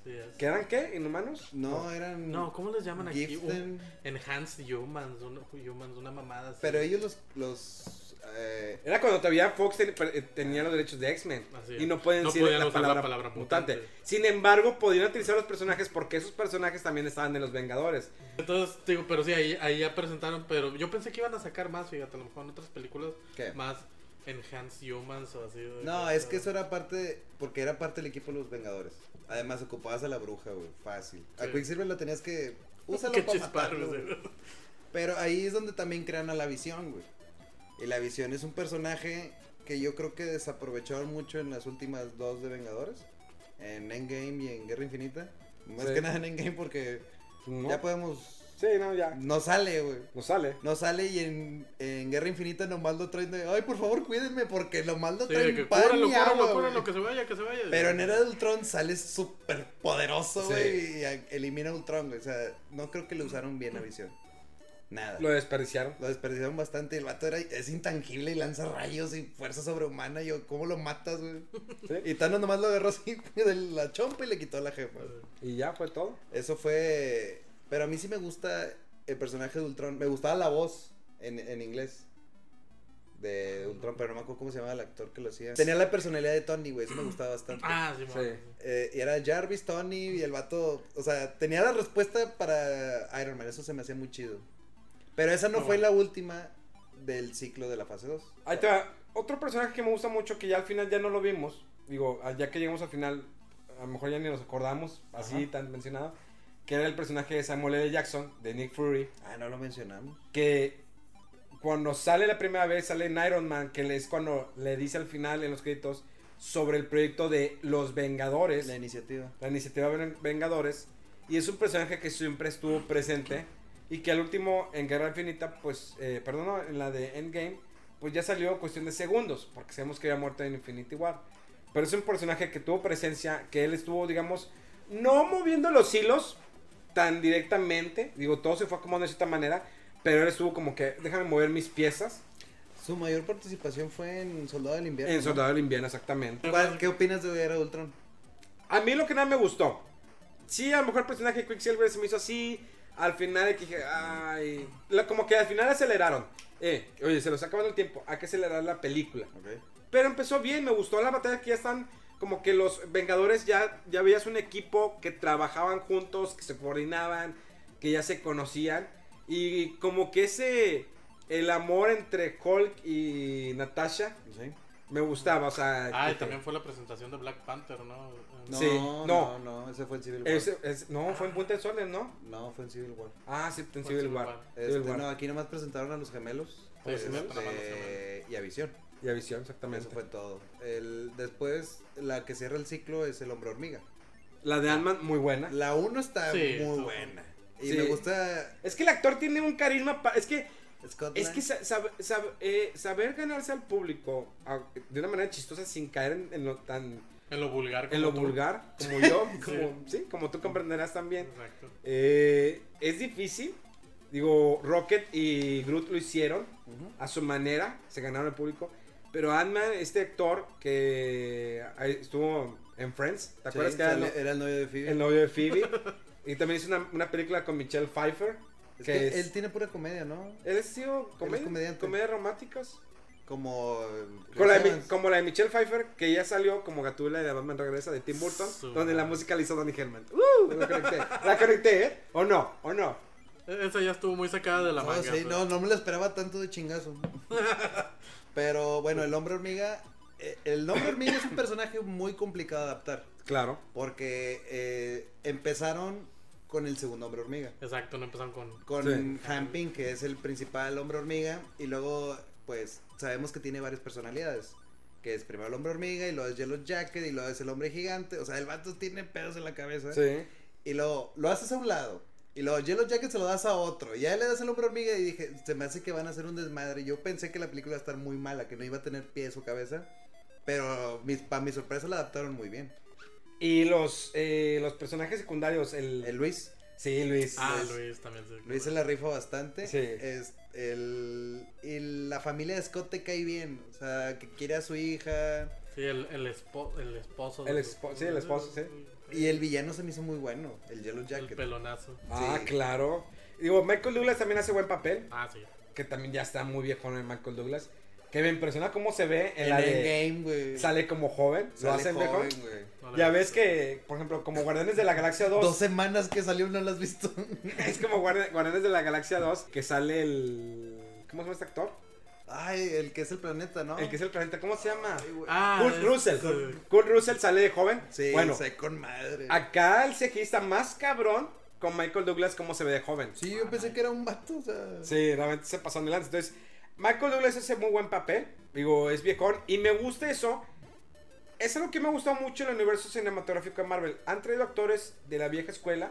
B: Así es.
A: ¿Que eran qué? ¿Inhumanos?
C: No, eran.
B: No, ¿cómo les llaman aquí? Uh.
C: Gifted.
B: Un- Enhanced Humans, un- Humans, una mamada. así.
C: Pero ellos los. los eh,
A: Era cuando todavía Fox ten- per- eh, tenía los derechos de X-Men.
B: Así es.
A: Y no pueden
B: No
A: decir
B: podían
A: la
B: usar la
A: palabra,
B: palabra
A: mutante.
B: mutante.
A: Sin embargo, podían utilizar los personajes porque esos personajes también estaban en los Vengadores.
B: Entonces, te digo, pero sí, ahí, ahí ya presentaron, pero yo pensé que iban a sacar más, fíjate, a lo mejor en otras películas,
C: ¿Qué?
B: más Enhanced Humans o así. de-
C: no,
B: de-
C: es que eso era parte. de- porque era parte del equipo de los Vengadores. Además, ocupabas a la bruja, güey. Fácil. A
B: Sí.
C: Quicksilver lo tenías que. Úsalo
B: Que
C: para
B: chispar,
C: matarlo,
B: o sea.
C: güey. Pero ahí es donde también crean a la visión, güey. Y la visión es un personaje que yo creo que desaprovecharon mucho en las últimas dos de Vengadores. En Endgame y en Guerra Infinita. Más
A: Sí.
C: que nada en Endgame porque
A: No.
C: ya podemos...
A: Sí, no, ya.
C: No sale, güey.
A: No sale.
C: No sale y en, en Guerra Infinita nomás lo traen de... Ay, por favor, cuídenme porque nomás lo
B: Sí, de
C: traen
B: que
C: pan
B: cúbralo,
C: y
B: cúbralo,
C: agua,
B: cúbralo,
C: güey.
B: que se vaya, que se vaya.
C: Pero en Era de Ultron sale súper poderoso,
A: Sí.
C: güey. Y a- elimina a Ultron, güey. O sea, no creo que le usaron bien la visión. Nada.
A: Lo desperdiciaron.
C: Lo desperdiciaron bastante. El vato era, es intangible y lanza rayos y fuerza sobrehumana. Yo, ¿cómo lo matas, güey?
A: Sí.
C: Y Thanos nomás lo agarró así de la chompa y le quitó la jefa.
A: Y ya fue todo.
C: Eso fue. Pero a mí sí me gusta el personaje de Ultron. Me gustaba la voz en, en inglés de Ultron, pero no me acuerdo cómo se llamaba el actor que lo hacía. Tenía la personalidad de Tony, güey. Eso me gustaba bastante.
B: Ah, sí,
A: Sí.
C: Eh, y era Jarvis, Tony y el vato. O sea, tenía la respuesta para Iron Man. Eso se me hacía muy chido. Pero esa no
B: No.
C: fue la última del ciclo de la fase 2.
A: Ahí te va. Otro personaje que me gusta mucho, que ya al final ya no lo vimos. Digo, ah, ya que llegamos al final, a lo mejor ya ni nos acordamos, así tan mencionado. Que era el personaje de Samuel L. Jackson, de Nick Fury.
C: Ah, no lo mencionamos.
A: Que cuando sale la primera vez, sale en Iron Man, que es cuando le dice al final en los créditos sobre el proyecto de Los Vengadores.
C: La iniciativa.
A: la iniciativa Ven- Vengadores y es un personaje que siempre estuvo presente y que al último en Guerra Infinita, pues, eh, perdón, no, en la de Endgame, pues ya salió cuestión de segundos, porque sabemos que había muerto en Infinity War. Pero es un personaje que tuvo presencia, que él estuvo, digamos, no moviendo los hilos tan directamente, digo, todo se fue acomodando de cierta manera, pero él estuvo como que, déjame mover mis piezas
C: Su mayor participación fue en Soldado del Invierno.
A: en
C: ¿no?
A: Soldado del Invierno, exactamente.
C: ¿Cuál- ¿Qué opinas de Era Ultron?
A: A mí lo que nada me gustó. Sí, a lo mejor el personaje de Quicksilver se me hizo así. Al final de que dije, ay. la- como que al final aceleraron. Eh, oye, se nos acabando el tiempo. Hay que acelerar la película. Pero empezó bien, me gustó la batalla que ya están. Como que los Vengadores ya, ya veías un equipo que trabajaban juntos, que se coordinaban, que ya se conocían. Y como que ese. El amor entre Hulk y Natasha
C: ¿Sí?
A: me gustaba. O sea.
B: Ah, y
A: que-
B: también fue la presentación de Black Panther, ¿no?
C: No,
A: Sí,
C: no,
A: no.
C: no, ese fue en Civil War.
A: ese- ese- no, fue en Punta del Sol, ¿no?
C: No, fue en Civil War.
A: Ah, sí, en
B: Fue
A: Civil
B: Civil
A: War.
B: War.
A: Civil
C: Este,
A: War.
C: no, aquí nomás presentaron a los gemelos.
B: Sí, sí,
C: este,
B: nomás los gemelos.
C: y a Visión.
A: Y a Visión, exactamente.
C: Eso fue todo. El, después, la que cierra el ciclo es el hombre hormiga.
A: La de Ant-Man, muy buena.
C: La 1 está
B: Sí,
C: muy
B: está
C: buena. Y
A: Sí.
C: me gusta
A: Es que el actor tiene un carisma. pa- Es que,
C: Scott
A: es
C: Lang.
A: que sa- sab- sab- eh, saber ganarse al público a- de una manera chistosa sin caer en, en lo tan
B: En lo vulgar.
A: en lo
B: como tú.
A: vulgar como yo, como, sí, como tú comprenderás también.
B: Exacto.
A: Eh, es difícil. Digo, Rocket y Groot lo hicieron a su manera, se ganaron el público. Pero Ant-Man, este actor que ahí estuvo en Friends, ¿te
C: Sí,
A: acuerdas que era
C: sale-
A: el-
C: el novio de Phoebe.
A: el novio de Phoebe. y también hizo una, una película con Michelle Pfeiffer.
C: Es
A: que
C: que
A: es-
C: Él tiene pura comedia, ¿no?
A: él ha sido comedia,
C: comediante.
A: comedias románticas.
C: Como.
A: Con la de Mi-
C: Evans.
A: como la de Michelle Pfeiffer, que ya salió como Gatula de Batman Regresa de Tim Burton,
B: Su
A: donde la
B: madre.
A: música la hizo Donny Hellman. ¡Uh! Lo conecté. la conecté, ¿eh? ¿O no? ¿O no?
B: E- Esa ya estuvo muy sacada de la
A: Ah,
C: No,
B: manga. pues.
C: sí, no, no me la esperaba tanto de chingazo. Pero bueno, el hombre hormiga. eh, El hombre hormiga es un personaje muy complicado de adaptar.
A: Claro.
C: Porque eh, empezaron con el segundo hombre hormiga.
B: Exacto, no empezaron con...
C: Con
A: Sí.
C: Hamping, que es el principal hombre hormiga. Y luego, pues, sabemos que tiene varias personalidades. Que es primero el hombre hormiga, y luego es Yellow Jacket, y luego es el hombre gigante. O sea, el vato tiene pedos en la cabeza.
A: Sí.
C: Y luego lo haces a un lado. Y luego Yellow Jacket se lo das a otro. Y ahí le das el hombre hormiga y dije, se me hace que van a hacer un desmadre. Yo pensé que la película iba a estar muy mala, que no iba a tener pies o cabeza. Pero mis, para mi sorpresa la adaptaron muy bien.
A: Y los, eh, los personajes secundarios, el...
C: El Luis.
A: Sí, Luis.
B: Ah,
A: es-
B: Luis también. sí.
C: Luis se la rifa bastante.
A: Sí.
C: Es el, y la familia de Scott te cae bien. O sea, que quiere a su hija.
B: Sí, el, el, espo- el esposo.
A: El
B: de-
A: espo- sí, el esposo, sí.
C: Y el villano se me hizo muy bueno, el Yellow
B: El
C: Jacket.
B: pelonazo.
A: Ah,
C: Sí.
A: claro. Digo, Michael Douglas también hace buen papel,
B: Ah, sí.
A: que también ya está muy viejo en Michael Douglas. Que me impresiona cómo se ve en
C: el
A: la de...
C: Endgame, güey.
A: Sale como joven, lo
C: Sale
A: hacen
C: joven,
A: mejor.
C: güey.
B: No le
A: Ya
B: había
A: ves
B: visto.
A: que, por ejemplo, como Guardianes de la Galaxia 2,
C: Dos semanas que salió no lo has visto.
A: es como Guardi- Guardianes de la Galaxia 2, que sale el... ¿Cómo se llama este actor?
C: Ay, el que es el planeta, ¿no?
A: El que es el planeta, ¿cómo se llama?
B: Ah,
A: Kurt
B: es-
A: Russell.
B: sí.
A: Kurt Russell sale de joven.
C: Sí,
A: bueno,
C: sé con madre.
A: acá el CGI está más cabrón con Michael Douglas como se ve de joven.
C: Sí, yo pensé que era un vato, o sea.
A: Sí, realmente se pasó en el Entonces, Michael Douglas hace muy buen papel. Digo, es viejón. Y me gusta eso. Es algo que me ha gustado mucho en el universo cinematográfico de Marvel. Han traído actores de la vieja escuela.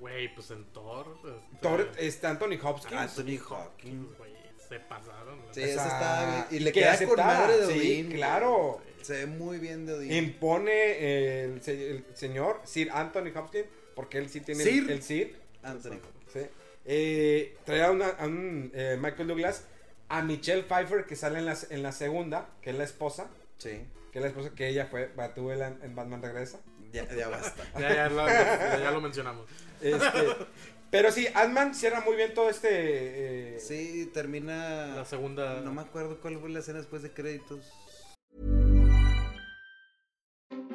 B: Güey, pues en Thor. este,
A: Thor eh. está Anthony Hopkins.
C: Anthony Hawking.
B: Güey, se pasaron. la
C: Sí,
B: neta.
C: ese está bien. Y
A: y
C: le
A: que
C: queda con
A: aceptada,
C: madre de
A: sí,
C: Odín. güey.
A: claro.
C: Se ve muy bien de Odín.
A: Impone el, se- el señor Sir Anthony Hopkins. Porque él sí tiene el-
C: Sir.
A: el Sir.
C: Anthony.
A: Sí. Eh, traía una- a un eh, Michael Douglas a Michelle Pfeiffer que sale en la, en la segunda, que es la esposa,
C: Sí.
A: que es la esposa que ella fue Batúbela en, en Batman Regresa.
C: Ya, ya basta.
B: Ya, ya, lo, ya, ya lo mencionamos.
A: Este, pero sí, Ant-Man cierra muy bien todo este... eh,
C: Sí, termina.
B: La segunda.
C: No me acuerdo cuál fue la escena después de créditos.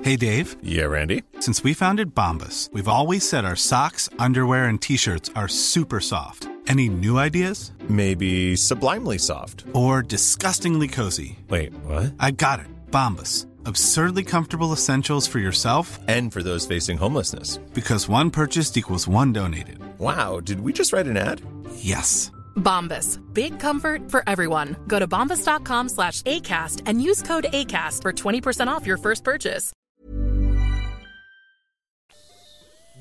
F: Hey Dave,
D: Yeah, Randy.
F: since we founded Bombus, we've always said our socks, underwear, and t shirts are super soft. Any new ideas?
G: Maybe sublimely soft.
F: Or disgustingly cozy?
G: Wait, what?
F: I got it. Bombas. Absurdly comfortable essentials for yourself
G: And for those facing homelessness.
F: because one purchased equals one donated.
G: Wow, did we just write an ad?
F: Yes.
H: Bombas. Big comfort for everyone. Go to bombas.com slash ACAST and use code ACAST for 20% off your first purchase.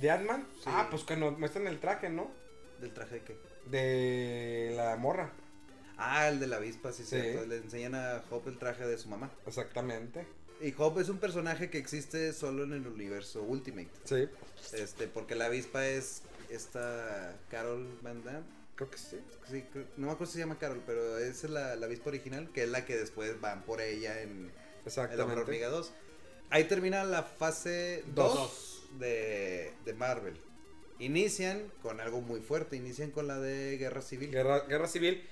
A: ¿De Ant-Man? Ah, pues que nos muestran el traje, ¿no?
C: Del traje de que.
A: De la morra.
C: Ah, el de la avispa, sí,
A: Sí.
C: cierto. Le enseñan a Hope el traje de su mamá.
A: Exactamente.
C: Y Hope es un personaje que existe solo en el universo Ultimate.
A: Sí,
C: Este, porque la avispa es esta Carol Van Damme.
A: creo que sí.
C: Sí, creo- no me acuerdo si se llama Carol, pero es la, la avispa original, que es la que después van por ella en El Hombre
A: Exactamente.
C: Hormiga 2. Ahí termina la fase
A: Dos.
C: 2 de, de Marvel. Inician con algo muy fuerte, inician con la de Guerra Civil.
A: Guerra, guerra civil.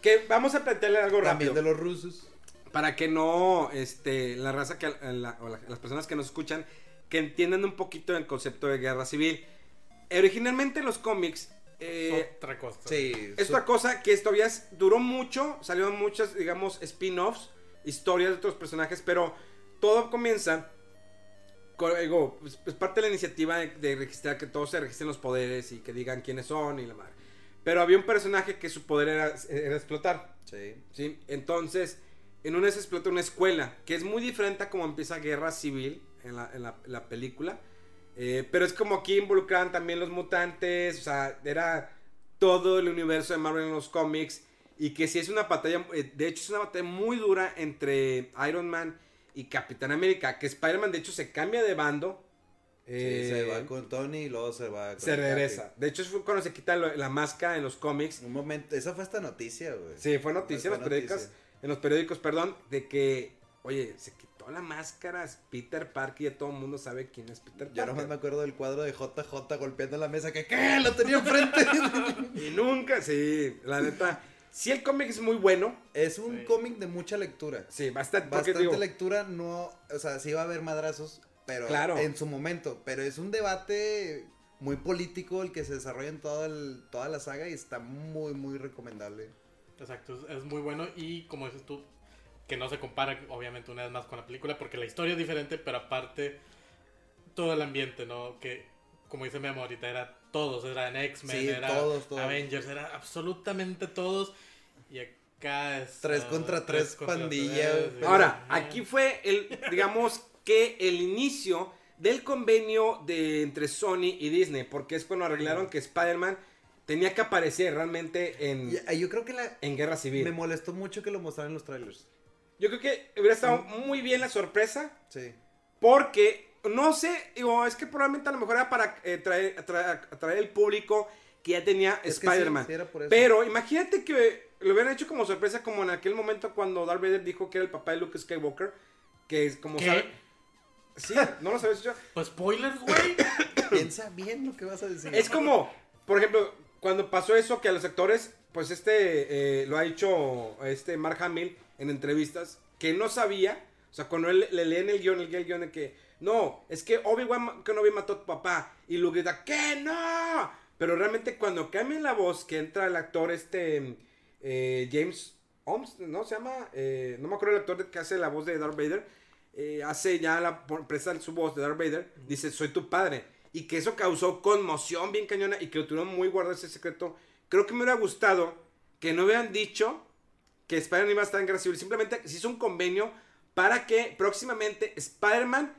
A: Que vamos a plantearle algo rápido.
C: También de los rusos.
A: Para que no, este, la raza que, la- o la- las personas que nos escuchan, que entiendan un poquito el concepto de guerra civil. Eh, Originalmente los cómics, eh,
B: Otra cosa.
C: Sí.
A: es
C: su-
A: una cosa que todavía es- duró mucho, salieron muchas, digamos, spin-offs, historias de otros personajes, pero todo comienza, con, digo, pues, pues, parte de la iniciativa de, de registrar que todos se registren los poderes y que digan quiénes son y la madre. Pero había un personaje que su poder era, era explotar.
C: Sí.
A: ¿sí? Entonces, en una se explota una escuela, que es muy diferente a como empieza Guerra Civil en la, en la- la película. Eh, pero es como aquí involucraban también los mutantes, o sea, era todo el universo de Marvel en los cómics. Y que si es una batalla, eh, de hecho es una batalla muy dura entre Iron Man y Capitán América, que Spider-Man de hecho se cambia de bando. eh,
C: Sí, se va con Tony y luego se va con
A: se
C: el Capi.
A: regresa. De hecho fue cuando se quita lo- la máscara en los cómics.
C: Un momento, esa fue esta noticia, güey.
A: Sí, fue noticia en
C: Fue
A: los periódicos,
C: noticia.
A: en los periódicos, perdón, de que, oye, se quitó la máscara es Peter Parker y ya todo el mundo sabe quién es Peter
C: Yo
A: Parker.
C: nomás me acuerdo del cuadro de JJ golpeando la mesa que ¿qué? lo tenía enfrente.
A: Y nunca, sí, la neta, sí el cómic es muy bueno,
C: es un cómic de mucha lectura.
A: sí, bastante, porque
C: Bastante
A: digo,
C: lectura, no, o sea, sí va a haber madrazos, pero
A: Claro.
C: en su momento, pero es un debate muy político el que se desarrolla en toda, el- toda la saga y está muy muy recomendable.
B: Exacto, es- es muy bueno y como dices tú, que no se compara obviamente una vez más con la película porque la historia es diferente, pero aparte todo el ambiente, ¿no? Que como dice Memo ahorita, era todos, eran X-Men,
C: Sí,
B: era
C: todos, todos.
B: Avengers, era absolutamente todos y acá es... ah,
C: Tres contra tres, pandilla.
A: ahora, aquí fue el, digamos, que el inicio del convenio de entre Sony y Disney, porque es cuando arreglaron que Spider-Man tenía que aparecer realmente en,
C: Y- ah, yo creo que la,
A: en Guerra Civil.
C: me molestó mucho que lo mostraran en los trailers.
A: Yo creo que hubiera estado
C: Mm.
A: muy bien la sorpresa.
C: Sí.
A: Porque, no sé, digo, es que probablemente a lo mejor era para eh, traer, atra- atraer el público que ya tenía
C: Es que sí,
A: Spider-Man.
C: sí era por eso.
A: Pero imagínate que lo hubieran hecho como sorpresa, como en aquel momento cuando Darth Vader dijo que era el papá de Luke Skywalker. Que es como
B: ¿Qué?
A: sabe- Sí, no lo sabes yo.
B: Pues spoilers, güey.
C: Piensa bien lo que vas a decir.
A: Es como, por ejemplo, cuando pasó eso que a los actores, pues este eh, lo ha dicho este Mark Hamill en entrevistas, que no sabía, o sea, cuando él, le leen el guión, el, el guión de que, no, es que Obi-Wan Kenobi mató a tu papá, y Luke grita, ¿qué? ¡No! Pero realmente cuando cambian la voz, que entra el actor este, eh, James Holmes, ¿no? Se llama, Eh, no me acuerdo el actor que hace la voz de Darth Vader, eh, hace ya la por- presta su voz de Darth Vader, dice soy tu padre. Y que eso causó conmoción bien cañona y que lo tuvieron muy guardado ese secreto. Creo que me hubiera gustado que no hubieran dicho que Spider-Man iba a estar en Guerra Civil. Simplemente se hizo un convenio para que próximamente Spider-Man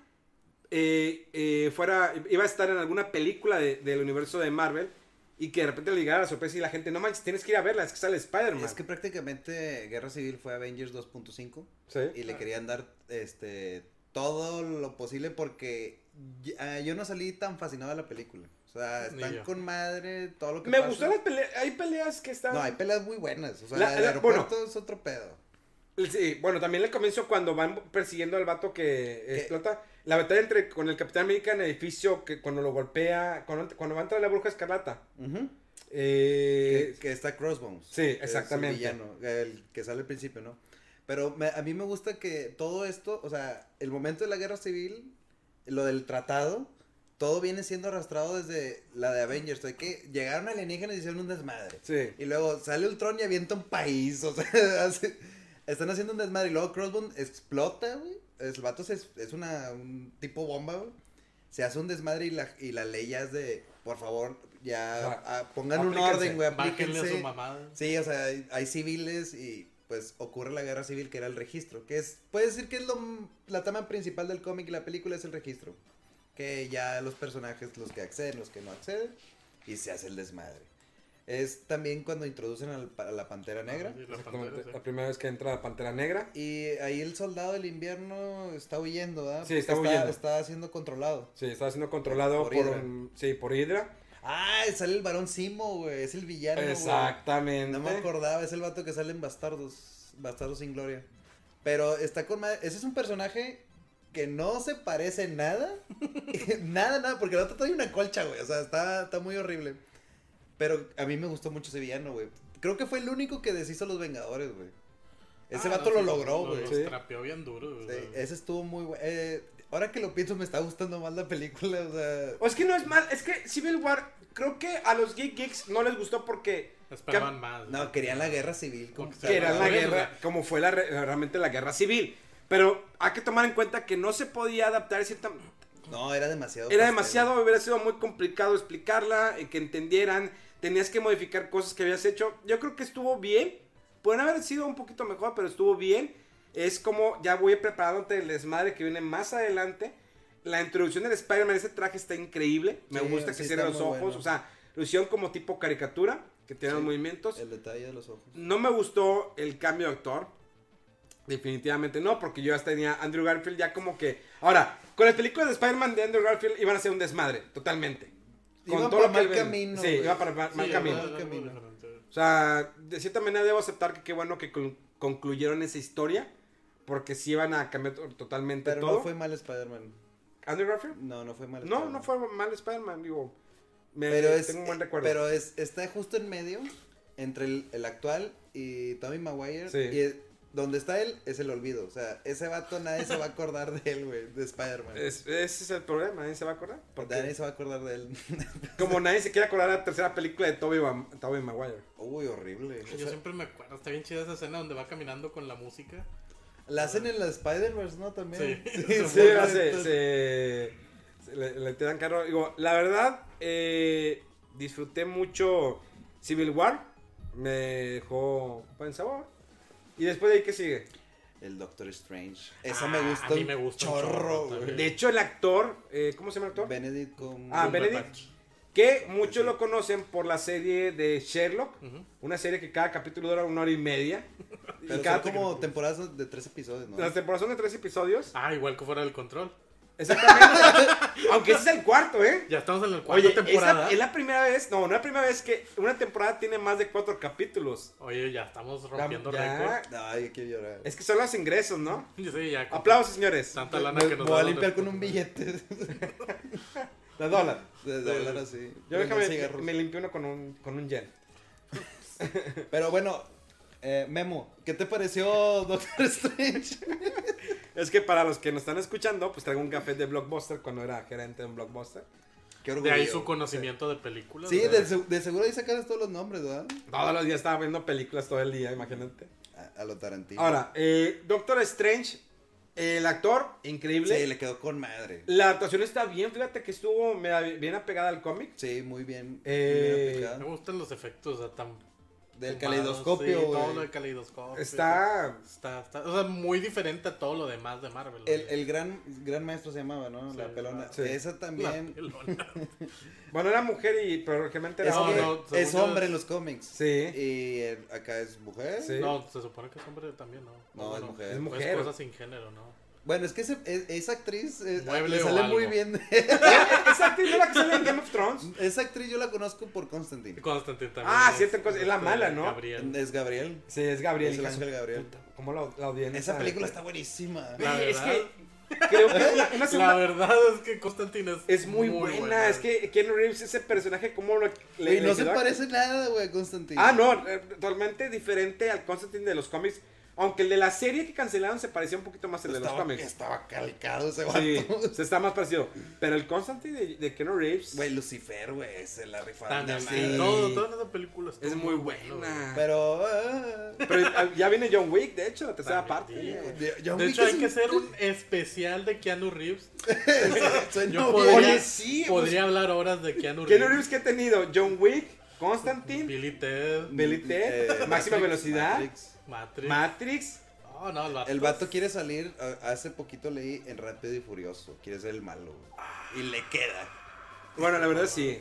A: eh, eh, fuera, iba a estar en alguna película de- del universo de Marvel y que de repente le llegara la sorpresa y la gente, no manches, tienes que ir a verla, es que sale Spider-Man.
C: Es que prácticamente Guerra Civil fue Avengers 2.5.
A: Sí.
C: y le querían dar este todo lo posible porque y- ah, yo no salí tan fascinado de la película. O sea,
B: Ni
C: están
B: yo.
C: con madre todo lo que
A: Me
C: pasa.
A: gustó las peleas, hay peleas que están...
C: No, hay peleas muy buenas. O sea,
A: La-
C: el
A: la- bueno.
C: aeropuerto es otro pedo.
A: Sí, bueno, también el comienzo cuando van persiguiendo al vato que
C: Que-
A: explota. La batalla entre con el Capitán América en el edificio, que cuando lo golpea, cuando, cuando va a entrar la bruja escarlata. Eh,
C: que, que está Crossbones.
A: sí,
C: que es el
A: exactamente.
C: villano, el que sale al principio, ¿no? Pero me- a mí me gusta que todo esto, o sea, el momento de la guerra civil, lo del tratado, todo viene siendo arrastrado desde la de Avengers. De que llegaron alienígenas y hicieron un desmadre.
A: Sí.
C: Y luego sale Ultron y avienta un país. O sea, hace- están haciendo un desmadre. Y luego Crossbone explota, güey. El vato se- es una, un tipo bomba, güey. Se hace un desmadre y la, y la ley ya es de, por favor, ya
A: Ajá.
C: ah, pongan un
A: Aplíquense.
C: orden, güey.
B: Bájenle a
C: aplíquense.
B: su mamada.
C: Sí, o sea, hay, hay civiles y pues ocurre la guerra civil que era el registro, que es, puedes decir que es lo, m- la trama principal del cómic y la película es el registro, que ya los personajes, los que acceden, los que no acceden, y se hace el desmadre. Es también cuando introducen al pa- a la Pantera Negra.
B: Sí, la
A: Exactamente,
B: pantera, sí.
A: La primera vez que entra la Pantera Negra.
C: Y ahí el soldado del invierno está huyendo, ¿verdad?
A: Sí, está
C: Porque
A: huyendo.
C: Está siendo controlado.
A: Sí, está siendo controlado
C: Por
A: por,
C: Hydra.
A: un- sí, por Hydra.
C: Ah, sale el varón Simo, güey. Es el villano. güey.
A: Exactamente.
C: No me acordaba, es el vato que sale en Bastardos, Bastardos sin Gloria. Pero está con madre- Ese es un personaje que no se parece en nada. nada, nada, porque el otro trae una colcha, güey. O sea, está, está muy horrible. Pero a mí me gustó mucho ese villano, güey. Creo que fue el único que deshizo a los Vengadores, güey. Ese
B: Ah,
C: vato
B: no,
C: lo
B: sí,
C: logró, güey.
B: Los
A: Sí.
B: trapeó bien duro, güey.
C: Sí, ese estuvo muy bueno. ahora que lo pienso, me está gustando más la película, o sea.
A: O es que no es mal, es que Civil War, creo que a los Geek Geeks no les gustó porque.
B: Esperaban más.
C: No, querían la guerra civil. como-
A: que era la
B: Bueno,
A: guerra, como fue la, re- realmente la guerra civil. Pero hay que tomar en cuenta que no se podía adaptar a cierta...
C: No, era demasiado.
A: Era
C: pastel.
A: demasiado, hubiera sido muy complicado explicarla, eh, que entendieran, tenías que modificar cosas que habías hecho. Yo creo que estuvo bien, pueden haber sido un poquito mejor, pero estuvo bien. Es como ya voy preparándote el desmadre que viene más adelante. La introducción del Spider-Man, ese traje está increíble. Me
C: Sí,
A: gusta
C: sí,
A: que
C: está
A: cierre los
C: muy
A: ojos,
C: bueno.
A: o sea, lo hicieron como tipo caricatura, que tiene los
C: Sí.
A: movimientos.
C: El detalle de los ojos.
A: No me gustó el cambio de actor. Definitivamente no, porque yo ya tenía Andrew Garfield ya como que... Ahora, con las películas de Spider-Man de Andrew Garfield iban a ser un desmadre, totalmente. Con todo
C: Iban por
A: lo que
C: mal
A: él-
C: camino,
A: Sí,
C: güey.
A: iba para mal,
B: Sí,
A: mal
B: era
A: camino.
B: algo
C: camino.
B: diferente.
A: O sea, de cierta manera debo aceptar que qué bueno que con- concluyeron esa historia, porque sí iban a cambiar to- totalmente
C: Pero
A: todo.
C: no fue mal Spider-Man.
A: ¿Andrew Garfield?
C: No, no fue mal.
A: No,
C: Spider-Man.
A: no fue mal Spider-Man, digo. Me,
C: Pero es. eh,
A: tengo un buen recuerdo.
C: Pero es, está justo en medio entre el, el actual y Tommy Maguire.
A: Sí.
C: Y es- donde está él es el olvido. O sea, ese vato nadie se va a acordar de él, güey. De Spider-Man.
A: Es- ese es el problema, nadie se va a acordar. porque-
C: Nadie se va a acordar de él.
A: Como nadie se quiere acordar de la tercera película de Tobey, Wa- Tobey Maguire.
C: Uy, horrible. O
B: Yo
C: sea,
B: siempre me acuerdo, está bien chida esa escena donde va caminando con la música.
C: La hacen en la Spider-Verse, ¿no? También.
B: Sí.
A: Sí,
B: Sí,
A: se,
C: entonces-
A: se- se- le, le tiran carro. Digo, la verdad, eh, disfruté mucho Civil War. Me dejó buen sabor. Y después de ahí, ¿qué sigue?
C: El Doctor Strange. Esa
B: Ah,
C: me gusta.
B: a mí
C: un
B: me gusta un
C: chorro,
B: chorro
C: güey.
B: también.
A: De hecho, el actor, eh, ¿cómo se llama el actor?
C: Benedict con.
A: Ah, Benedict. Que muchos lo conocen por la serie de Sherlock. Una serie que cada capítulo dura una hora y media. Y
C: Pero
A: cada
C: son como temporadas de tres episodios, ¿no?
A: Las temporadas son de tres episodios.
B: Ah, igual que fuera del control.
A: Exactamente. Aunque ese es el cuarto, ¿eh?
B: Ya estamos en la cuarta
A: Oye, es la-
B: temporada.
A: Es la, primera vez, no, no es la primera vez que una temporada tiene más de cuatro capítulos.
B: Oye, ya estamos rompiendo
A: Ya.
B: récord.
C: Ay, quiero llorar.
A: Es que son los ingresos, ¿no?
B: Yo sé, ya. con
A: Aplausos, señores.
B: Tanta lana
C: me,
B: que nos
C: me voy a
B: dan los
C: limpiar con
B: recursos.
C: un billete
A: De dólar.
C: de dólar así.
A: Yo
C: Prendo
A: déjame,
C: cigarros.
A: me limpio uno con un, con un yen.
C: Pero bueno, eh, Memo, ¿qué te pareció Doctor Strange?
A: Es que para los que nos están escuchando, pues traigo un café de Blockbuster cuando era gerente en Blockbuster.
C: Qué
B: De
C: orgullo.
B: ahí su conocimiento de películas.
C: Sí,
B: o sea,
C: de, seg- de seguro ahí sacaras todos los nombres, ¿verdad?
A: Todos los días estaba viendo películas todo el día, imagínate.
C: A, a lo Tarantino.
A: Ahora, eh, Doctor Strange, el actor, increíble.
C: sí, le quedó con madre.
A: La actuación está bien, fíjate que estuvo mira, bien apegada al cómic.
C: Sí, muy bien.
A: Eh,
C: muy bien
B: Me
C: aplicado.
B: gustan los efectos, o sea, tan.
C: Del
B: fumados,
C: caleidoscopio,
B: sí, todo
C: güey.
B: lo del caleidoscopio.
A: Está
B: Está, está- O sea, muy diferente a todo lo demás de Marvel.
C: El,
B: güey.
C: el gran, gran maestro se llamaba, ¿no?
B: Sí,
C: la pelona.
A: sí.
C: Esa
B: La
C: también.
B: pelona.
A: Bueno, era mujer y pero realmente
C: Es,
A: era
B: No,
C: que
A: hombre.
B: no, según
C: es
B: yo-
C: hombre en los cómics.
A: Sí.
C: Y el- acá es mujer.
A: Sí.
B: No, se supone que es hombre también, ¿no?
C: No, es mujer.
A: Es
B: Es
A: mujer.
B: cosas sin género, ¿no?
C: Bueno, es que ese- e- esa actriz eh,
B: Mueble
C: le
B: o
C: sale
B: algo.
C: muy bien.
A: Esa actriz no era que sale en Game of Thrones.
C: esa actriz yo la conozco por Constantine.
B: Constantine también. este,
A: Ah, cierta cosa, es la mala, ¿no?
B: Gabriel.
C: Es Gabriel.
A: Sí, es Gabriel.
C: Es el
A: hija.
C: ángel Gabriel.
A: Puta, ¿Cómo la, la odié en
C: Esa película está buenísima.
B: La
A: Oye, es
B: verdad.
A: que creo que una, una
B: La
A: segunda-
B: verdad es que Constantine es,
A: es muy, buena. Es que Keanu Reeves, ese personaje, ¿cómo lo
C: Güey, no se
A: quedó?
C: parece nada, güey, a Constantine.
A: Ah, no, eh, totalmente diferente al Constantine de los cómics. Aunque el de la serie que cancelaron se parecía un poquito más al de los
C: Estaba,
A: cómics.
C: estaba calcado ese vato.
A: Sí, se está más parecido. Pero el Constantine de, de Keanu Reeves
C: Güey, Lucifer, güey, se la rifaron.
B: Tan
C: demasiado.
B: Todo, todas esas películas.
A: es muy buena.
C: Pero. ah,
A: Pero ah, ya viene John Wick, de hecho, la tercera parte. güey.
C: John
B: De
C: Wick
B: hecho,
C: es
B: hay que
C: un-
B: hacer un especial de Keanu Reeves.
C: soy
B: Yo
C: novio.
B: podría,
C: Oye, sí. pues,
B: podría hablar horas de Keanu Reeves.
A: Keanu Reeves que ha tenido John Wick, Constantine,
B: Billy Ted,
A: Billy Ted,
C: eh,
A: Máxima
C: Matrix,
A: Velocidad, Matrix.
C: Matrix.
B: Matrix. No, no, el vato.
C: El vato quiere salir, a- hace poquito leí en Rápido y Furioso, quiere ser el malo. güey. Ah. Y le queda.
A: Bueno, la verdad sí.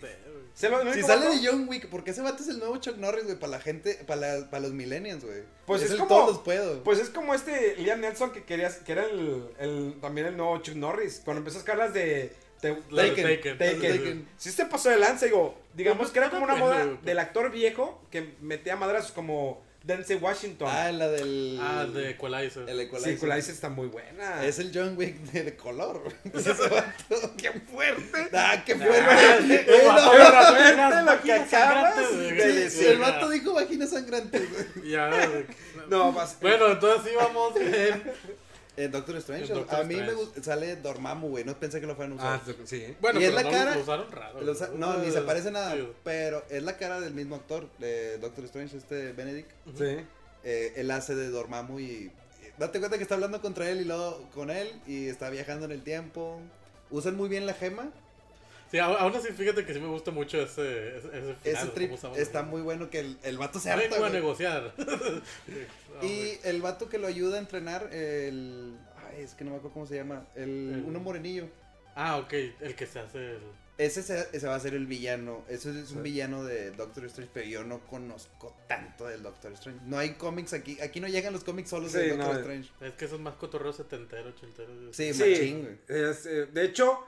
A: Se lo- el
C: Si
A: único
C: sale
A: vato-
C: de John Wick, porque ese vato es el nuevo Chuck Norris, güey, para la gente, para, la- para los millennials, güey.
A: Pues es,
C: el
A: como.
C: todos puedo.
A: Pues es como este Liam Nelson que querías, que era el, el- también el nuevo Chuck Norris. Cuando empezó a escalas de. te-
B: La de
A: Taken,
B: Taken.
A: Taken.
C: Taken.
A: Sí se pasó de lanza, digo. Digamos
B: Pues,
A: que era
B: está
A: como una
B: bueno,
A: moda
B: güey.
A: del actor viejo que metía madrazos como Denzel Washington.
C: ah, la del.
B: Ah, de Equalizer.
C: El
A: sí,
C: Equalizer.
A: Equalizer está muy buena.
C: Es el John Wick de, de color, güey. Ese vato. ¡Qué fuerte! ¡Ah, qué fuerte!
B: El
C: Güey,
B: vato
C: no,
B: era-
A: suerte
B: era
A: lo que
B: máquina
A: acabas
B: sangrante, güey. Sí,
C: sí, sí,
B: ya.
C: el vato dijo vagina sangrante, güey.
B: Ya, güey.
A: No, vas-
B: Bueno, entonces íbamos en...
C: Eh, Doctor Strange,
B: El Doctor
C: a mí me
B: Strange.
C: gusta, sale Dormammu, güey, no pensé que lo fueran a usar.
A: Ah, sí.
B: Bueno,
C: Y es
B: pero
C: la
B: no,
C: cara-
B: lo usaron raro.
C: Lo sa-
B: güey.
C: no, ni se parece nada,
B: uh, Sí.
C: pero es la cara del mismo actor, de Doctor Strange, este Benedict.
A: Sí.
C: Eh, él hace de Dormammu y... Date cuenta que está hablando contra él y luego con él y está viajando en el tiempo. Usan muy bien la gema.
B: Sí, aún aún así, fíjate que sí me gusta mucho ese, ese, ese final.
C: Ese trip
B: cómo se llama.
C: está muy bueno que el, el vato se harta,
B: Vengo a
C: güey.
B: negociar.
C: Y el vato que lo ayuda a entrenar, el... Ay, es que no me acuerdo cómo se llama. El,
B: El-
C: Uno morenillo.
B: Ah, ok, el que se hace el...
C: Ese, se- ese va a ser el villano. Ese es un villano de Doctor Strange, pero yo no conozco tanto del Doctor Strange. No hay cómics aquí. Aquí no llegan los cómics solos
A: Sí,
C: de Doctor
A: no.
C: Strange.
B: Es que esos más cotorreos setentero, ochentero.
C: Sí,
A: Sí,
C: machín, güey.
A: es, eh, de hecho,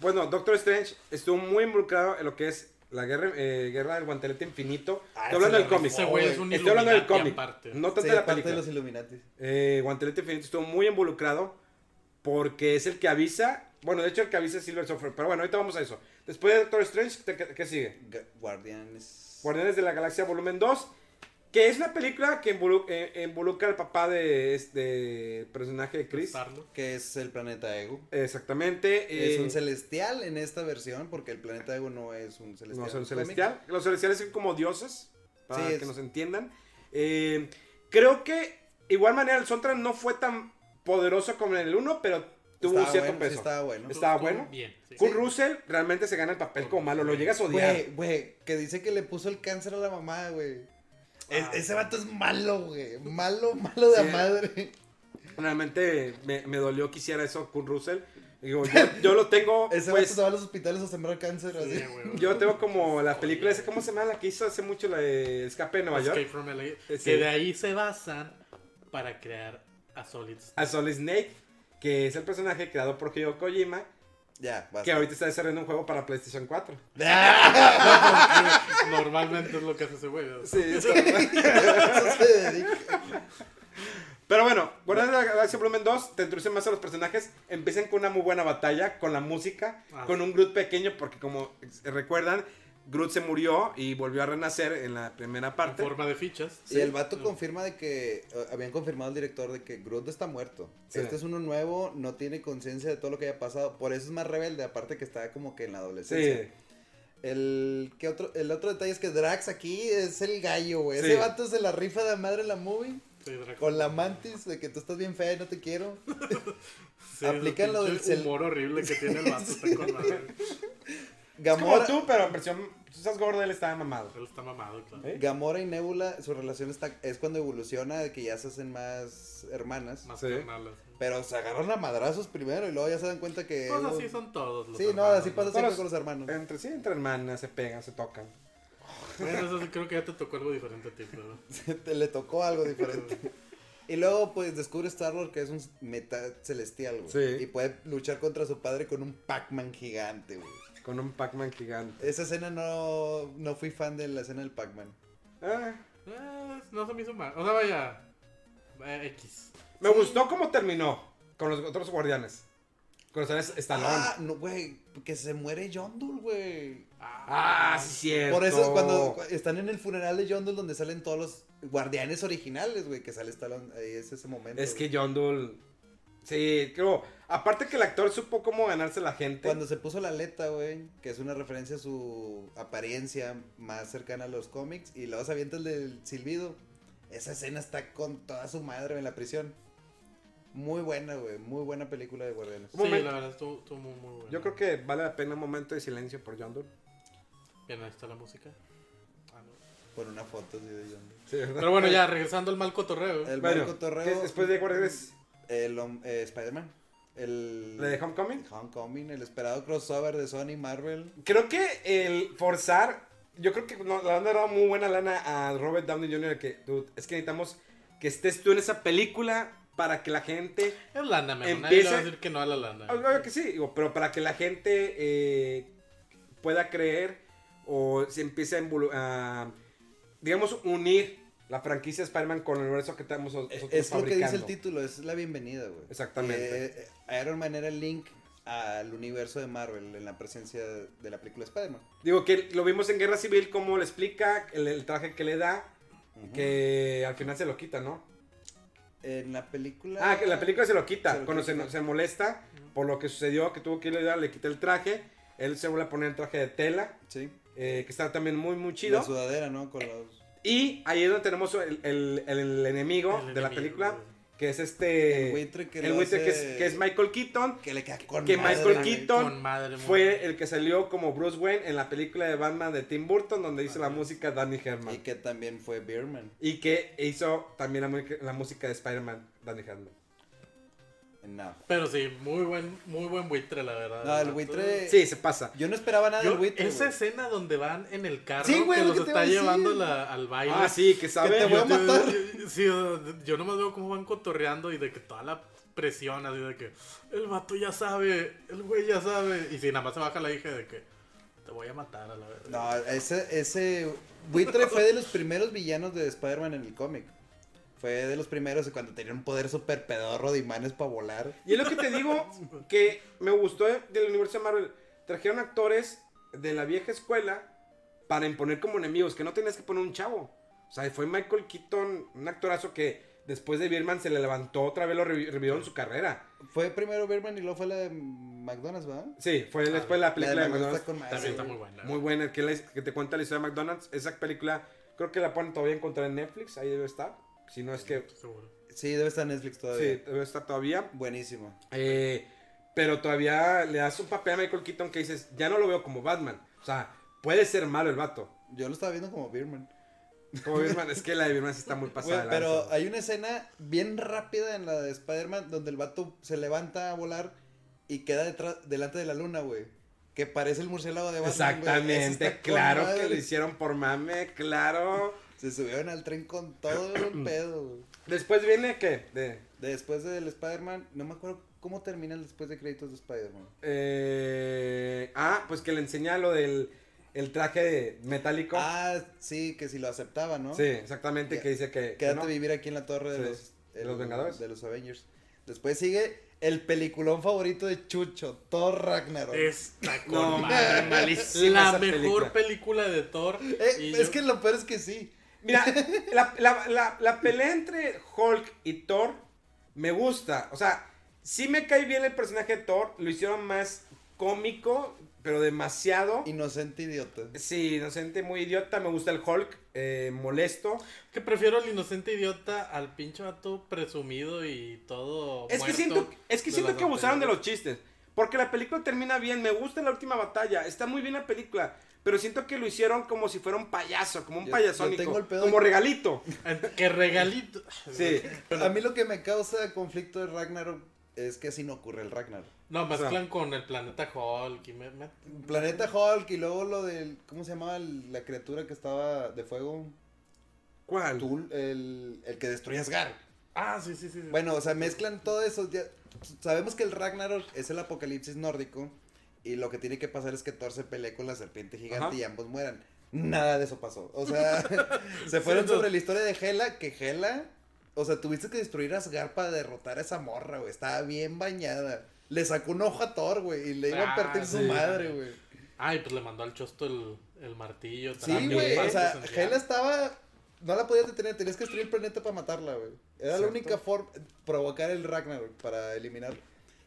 A: bueno, Doctor Strange estuvo muy involucrado en lo que es la guerra, eh, guerra del guantelete infinito.
C: Ah,
A: Estoy hablando del
C: ese lo
A: cómic.
B: Ese güey es un
A: Estoy hablando del
B: Illuminati
A: cómic.
B: aparte.
A: No tanto
C: Sí,
A: de la
C: parte
A: película.
C: de los Illuminati.
A: Eh, Guantelete Infinito estuvo muy involucrado porque es el que avisa. Bueno, de hecho, el que avisa es Silver Surfer. Pero bueno, ahorita vamos a eso. Después de Doctor Strange, ¿qué, qué- qué sigue?
C: Gu- Guardianes.
A: Guardianes de la Galaxia Volumen 2. Que es la película que involu- eh, involucra al papá de este personaje de Chris.
B: Starlo.
C: Que es el planeta Ego.
A: Exactamente.
C: es
A: eh,
C: un celestial en esta versión, porque el planeta Ego no es un celestial.
A: No son
C: en el cómic.
A: celestial. Los celestiales son como dioses, para
C: Sí,
A: que
C: es-
A: nos entiendan. Eh, creo que, igual manera, el soundtrack no fue tan poderoso como en el 1, pero tuvo
C: Estaba
A: un cierto
C: bueno, sí
A: peso.
C: estaba bueno.
A: Estaba
B: Estuvo
A: bueno.
B: Bien, sí.
A: Kurt Russell realmente se gana el papel como malo, lo llegas a odiar.
C: Güey, güey, que dice que le puso el cáncer a la mamá, güey. Es- ese vato es malo, güey. Malo, malo de
A: Ah, Sí.
C: madre.
A: Realmente me, me dolió que hiciera eso Kurt Russell. Digo, yo, yo lo tengo,
C: Ese vato
A: pues,
C: se va a los hospitales a sembrar cáncer. así.
B: Sí, güey.
A: yo tengo como la película, esa, ¿cómo se llama? La que hizo hace mucho, la de Escape de Nueva
B: Escape
A: York.
B: from LA.
A: Eh, Sí.
B: Que de ahí se basan para crear a Solid Snake.
A: A Solid Snake, que es el personaje creado por Hideo Kojima,
C: Ya, basta.
A: que ahorita está desarrollando un juego para PlayStation 4.
B: Normalmente es lo que hace ese güey. ¿no?
A: Sí, está-
C: Eso se dedica.
A: Pero bueno, Guardianes de la Galaxia Volumen 2 te introducen más a los personajes, empiezan con una muy buena batalla, con la música,
B: Ah.
A: con un Groot pequeño, porque como ex- recuerdan, Groot se murió y volvió a renacer en la primera
B: En
A: parte.
B: forma de fichas.
C: Y el vato confirma de que eh, habían confirmado al director de que Groot está muerto.
A: Sí.
C: Este es uno nuevo, no tiene conciencia de todo lo que haya pasado, por eso es más rebelde, aparte que está como que en la adolescencia.
A: Sí,
C: El que otro el otro detalle es que Drax aquí es el gallo, güey.
A: Sí.
C: Ese vato se la rifa de madre en la movie
B: Sí, Draco.
C: con la mantis de que tú estás bien fea y no te quiero.
B: Sí,
C: aplican
B: ese
C: lo del
B: pinche
C: cel-
B: humor horrible que tiene el vato. está con madre.
A: como
C: Gamora,
A: tú, pero en versión, tú estás gordo, él estaba mamado.
B: Él está mamado, claro.
A: ¿Eh?
C: Gamora y Nebula, su relación está es cuando evoluciona de que ya se hacen más hermanas.
B: Más
A: Sí.
B: carnalas.
C: Pero se agarraron a madrazos primero y luego ya se dan cuenta que.
B: Pues
C: hubo-
B: así son todos los
C: Sí, no,
B: hermanos,
C: así pasa
A: Todos
C: siempre
A: los-
C: con los hermanos.
A: Entre sí, entre hermanas, se pegan, se tocan.
B: Bueno, eso sí creo que ya te tocó algo diferente a ti, pero...
C: Te- le tocó algo diferente. y luego, pues, descubre Star-Lord que es un meta celestial, güey.
A: Sí.
C: Y puede luchar contra su padre con un Pac-Man gigante, güey.
A: Con un Pac-Man gigante.
C: Esa escena no, no fui fan de la escena del Pac-Man.
A: Ah,
B: Eh, no se me hizo mal. O sea, vaya. eh, X.
A: me gustó cómo terminó con los otros guardianes. Corazón es Estalón.
C: Ah, no, güey, que se muere Yondul, güey.
A: Ah, sí, cierto.
C: Por eso cuando cu- están en el funeral de Yondul donde salen todos los guardianes originales, güey, que sale Stallone, ahí es ese momento.
A: Es que
C: güey.
A: John Dool. Sí, creo. Aparte que el actor supo cómo ganarse la gente.
C: Cuando se puso la aleta, güey, que es una referencia a su apariencia más cercana a los cómics, y luego se avienta el del silbido. Esa escena está con toda su madre en la prisión. Muy buena, güey, muy buena película de guardianes.
A: Un momento.
B: la verdad estuvo, estuvo muy, muy bueno.
A: Yo creo que vale la pena un momento de silencio por John Dool.
B: Bien, ahí está la música. Ah, no.
C: Con una foto así de Yondul.
A: Sí, ¿verdad?
B: Pero bueno, ya, regresando al mal cotorreo.
C: El
A: Bueno,
C: Marco Torreo.
A: ¿qué es después de Guardianes?
C: El hom- eh, Spider-Man. El...
A: ¿La de Homecoming?
C: Homecoming, el esperado crossover de Sony y Marvel.
A: Creo que el forzar. Yo creo que no- le han dado muy buena lana a Robert Downey Jr. Que, dude, es que necesitamos que estés tú en esa película para que la gente.
B: Es lana, me Nadie le va
A: Empieza-
B: a decir que no a la lana.
A: Ah, Claro que sí, digo, pero para que la gente eh, pueda creer o se empiece a, involu- a, digamos, unir la franquicia de Spider-Man con el universo que estamos nosotros
C: es lo que
A: fabricando.
C: dice el título, es la bienvenida, güey.
A: Exactamente.
C: Eh, eh, Iron Man era el link al universo de Marvel en la presencia de la película Spider-Man.
A: Digo que lo vimos en Guerra Civil, cómo le explica el, el traje que le da, que al final se lo quita, ¿no?
C: En la película.
A: Ah, que en la película se lo quita,
C: Se lo
A: cuando
C: quita.
A: Se, se molesta por lo que sucedió, que tuvo que ir a ayudar, le quita el traje, él se vuelve a poner el traje de tela,
C: Sí.
A: eh, que está también muy, muy chido. Eh,
C: La sudadera, ¿no? Con los.
A: Y ahí es donde tenemos el, el- el enemigo
B: El
A: de la
B: enemigo,
A: película,
B: güey.
A: que es este...
C: El buitre que
A: el
C: lo
A: buitre que es,
C: hace-
A: que es Michael Keaton,
C: Que le queda con
A: que
C: madre,
A: Michael
C: güey.
A: Keaton
B: Con madre, muy
A: fue
B: bien.
A: el que salió como Bruce Wayne en la película de Batman de Tim Burton, donde hizo la música Danny Herman.
C: Y que también fue Beerman
A: Y que hizo también la, mu- la música de Spider-Man, Danny Herman.
C: No.
B: Pero sí, muy buen, muy buen buitre, la verdad.
C: No, el
B: Tú-
C: buitre.
A: Sí, se pasa.
C: Yo no esperaba nada
B: Yo-
C: del buitre.
B: esa
C: güey.
B: escena donde van en el carro
C: Sí, güey,
B: que
C: lo
B: los
C: que te
B: está
C: iba a decir.
B: llevando la- al baile.
A: Ah, sí, que sabe.
C: te voy a
B: Yo
C: matar.
B: yo- sí, o sea, yo nomás veo cómo van cotorreando y de que toda la presión, así de que el vato ya sabe, el güey ya sabe. Y si nada más se baja la hija de que te voy a matar a la verdad.
C: No, ese, ese buitre fue de los primeros villanos de Spider-Man en el cómic. Fue de los primeros cuando tenía un poder super pedorro de imanes para volar.
A: Y es lo que te digo que me gustó de- del universo de Marvel. Trajeron actores de la vieja escuela para imponer como enemigos, que no tenías que poner un chavo. O sea, fue Michael Keaton, un actorazo que después de Birman se le levantó otra vez, lo revi- revivieron su carrera.
C: Fue primero Birdman y luego fue la de McDonald's, ¿verdad?
A: Sí, fue después de Ah, la película de McDonald's.
C: McDonald's está con madre,
B: También está
C: güey.
B: muy buena.
A: Muy buena, que, la- que te cuenta la historia de McDonald's. Esa película creo que la pueden todavía encontrar en Netflix, ahí debe estar. Si no es que...
B: Seguro.
C: Sí, debe estar en Netflix todavía.
A: Sí, debe estar todavía.
C: Buenísimo.
A: Eh, pero todavía le das un papel a Michael Keaton que dices, ya no lo veo como Batman. O sea, puede ser malo el vato.
C: Yo lo estaba viendo como Birdman.
A: Como Batman, es que la de Batman sí está muy pasada.
C: Güey,
A: de
C: pero
A: lanza.
C: hay una escena bien rápida en la de Spider-Man donde el vato se levanta a volar y queda detrás, delante de la luna, güey. Que parece el murciélago de Batman. güey. Eso
A: Exactamente,
C: está con
A: claro que
C: madre.
A: lo hicieron por mame, claro.
C: Se subieron al tren con todo el pedo, güey.
A: Después viene que de
C: Después del Spider-Man, no me acuerdo cómo termina el después de créditos de Spider-Man.
A: eh, ah, pues que le enseña lo del el traje metálico.
C: Ah, sí, que si lo aceptaba, ¿no?
A: Sí, exactamente,
C: Ya.
A: que dice que, que
C: Quédate
A: no.
C: a vivir aquí en la torre de
A: Sí.
C: los,
A: ¿De los Vengadores?
C: De los Avengers. Después sigue el peliculón favorito de Chucho, Thor Ragnarok. Eh,
B: Está con
A: No,
B: madre.
A: malísima
B: La
A: esa
B: mejor
A: película.
B: película Eh, de Thor. y
C: Eh, es
B: yo-
C: que lo peor es que sí.
A: Mira, la, la- la- la pelea entre Hulk y Thor me gusta. O sea, sí me cae bien el personaje de Thor. Lo hicieron más cómico, pero demasiado.
C: Inocente idiota.
A: Sí, inocente, muy idiota. Me gusta el Hulk, eh, molesto.
B: Que prefiero al inocente idiota al pinche vato presumido y todo.
A: Es que
B: muerto
A: siento, es que,
B: de
A: siento
B: las
A: que abusaron de los
B: anteriores.
A: chistes. Porque la película termina bien. Me gusta la última batalla. Está muy bien la película. Pero siento que lo hicieron como si fuera un payaso, como un
C: Yo- yo
A: payasónico.
C: tengo el pedo
A: como
C: de-
A: regalito.
B: Que regalito.
A: Sí.
C: A mí lo que me causa conflicto de Ragnarok es que así no ocurre el Ragnarok.
B: No,
A: sea-
B: mezclan con el planeta Hulk y me, me-
A: Mm.
C: Planeta Hulk y luego lo del. ¿Cómo se llamaba el- la criatura que estaba de fuego?
A: ¿Cuál?
C: Tul, el, el que destruye Asgard.
B: Ah, sí, sí, sí. sí.
C: Bueno, o sea, mezclan todo eso. ya- sabemos que el Ragnarok es el apocalipsis nórdico. Y lo que tiene que pasar es que Thor se pelee con la serpiente gigante
A: Ajá.
C: y ambos mueran. Nada de eso pasó. O sea, se fueron
B: Sí, no.
C: sobre la historia de Hela, que Hela. O sea, tuviste que destruir Asgard para derrotar a esa morra, güey. Estaba bien bañada. Le sacó un ojo a Thor, güey, y le iba a
B: Ah,
C: partir su
B: sí.
C: madre, güey.
B: Ay, pues le mandó al chosto el, el martillo.
C: Sí,
B: también,
C: güey, o
B: pues,
C: sea,
B: en realidad.
C: Hela estaba... No la podías detener, tenías que destruir el planeta para matarla, güey. Era la única forma... Provocar el Ragnarok para eliminarlo.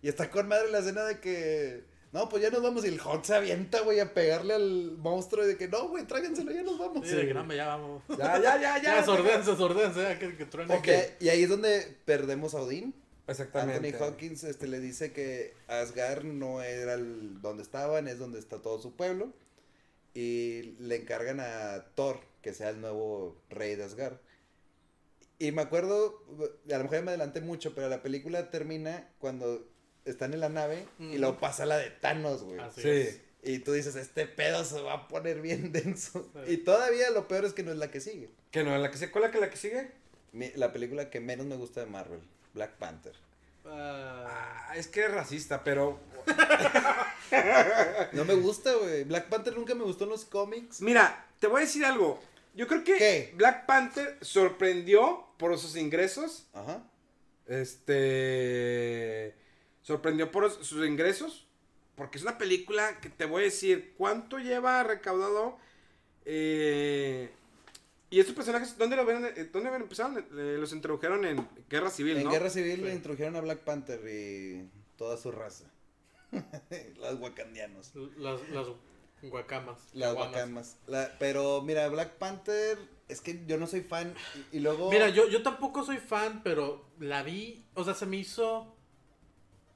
C: Y está con madre la escena de que... No, pues ya nos vamos y el Hot se avienta, güey, a pegarle al monstruo y de que no, güey, tráiganselo, ya nos vamos.
B: Sí, de que no, me ya vamos.
C: Ya, ya, ya,
B: Ya,
C: ya.
B: sordense, sordense, ya que, que truene.
C: Ok, y ahí es donde perdemos a Odín. Anthony
A: Exactamente.
C: Hawkins este, le dice que Asgard no era el- donde estaban, es donde está todo su pueblo. Y le encargan a Thor que sea el nuevo rey de Asgard. Y me acuerdo, a lo mejor ya me adelanté mucho, pero la película termina cuando están en la nave y lo pasa la de Thanos, güey.
B: Así
A: Sí.
B: es.
C: Y tú dices, este pedo se va a poner bien denso. Y todavía lo peor es que no es la que sigue.
A: Que no, la que se cuela que la que sigue.
C: Mi- la película que menos me gusta de Marvel, Black Panther.
B: Ah,
A: Ah, es que es racista, pero.
C: No me gusta, güey. Black Panther nunca me gustó en los cómics.
A: Mira, te voy a decir algo. Yo creo que
C: ¿Qué?
A: Black Panther sorprendió por sus ingresos.
C: Ajá.
A: Este. Sorprendió por sus ingresos. Porque es una película que te voy a decir cuánto lleva recaudado. eh, y estos personajes, ¿dónde, lo ven, eh, ¿dónde ven- empezaron? Eh, los introdujeron en Guerra Civil,
C: en
A: ¿no?
C: Guerra Civil le introdujeron a Black Panther y toda su raza. Los wakandianos.
B: las, las guacamas.
C: Las
B: guamas.
C: wakamas. La- pero mira, Black Panther, es que yo no soy fan. Y, y luego.
B: Mira, yo, yo tampoco soy fan, pero la vi, o sea, se me hizo...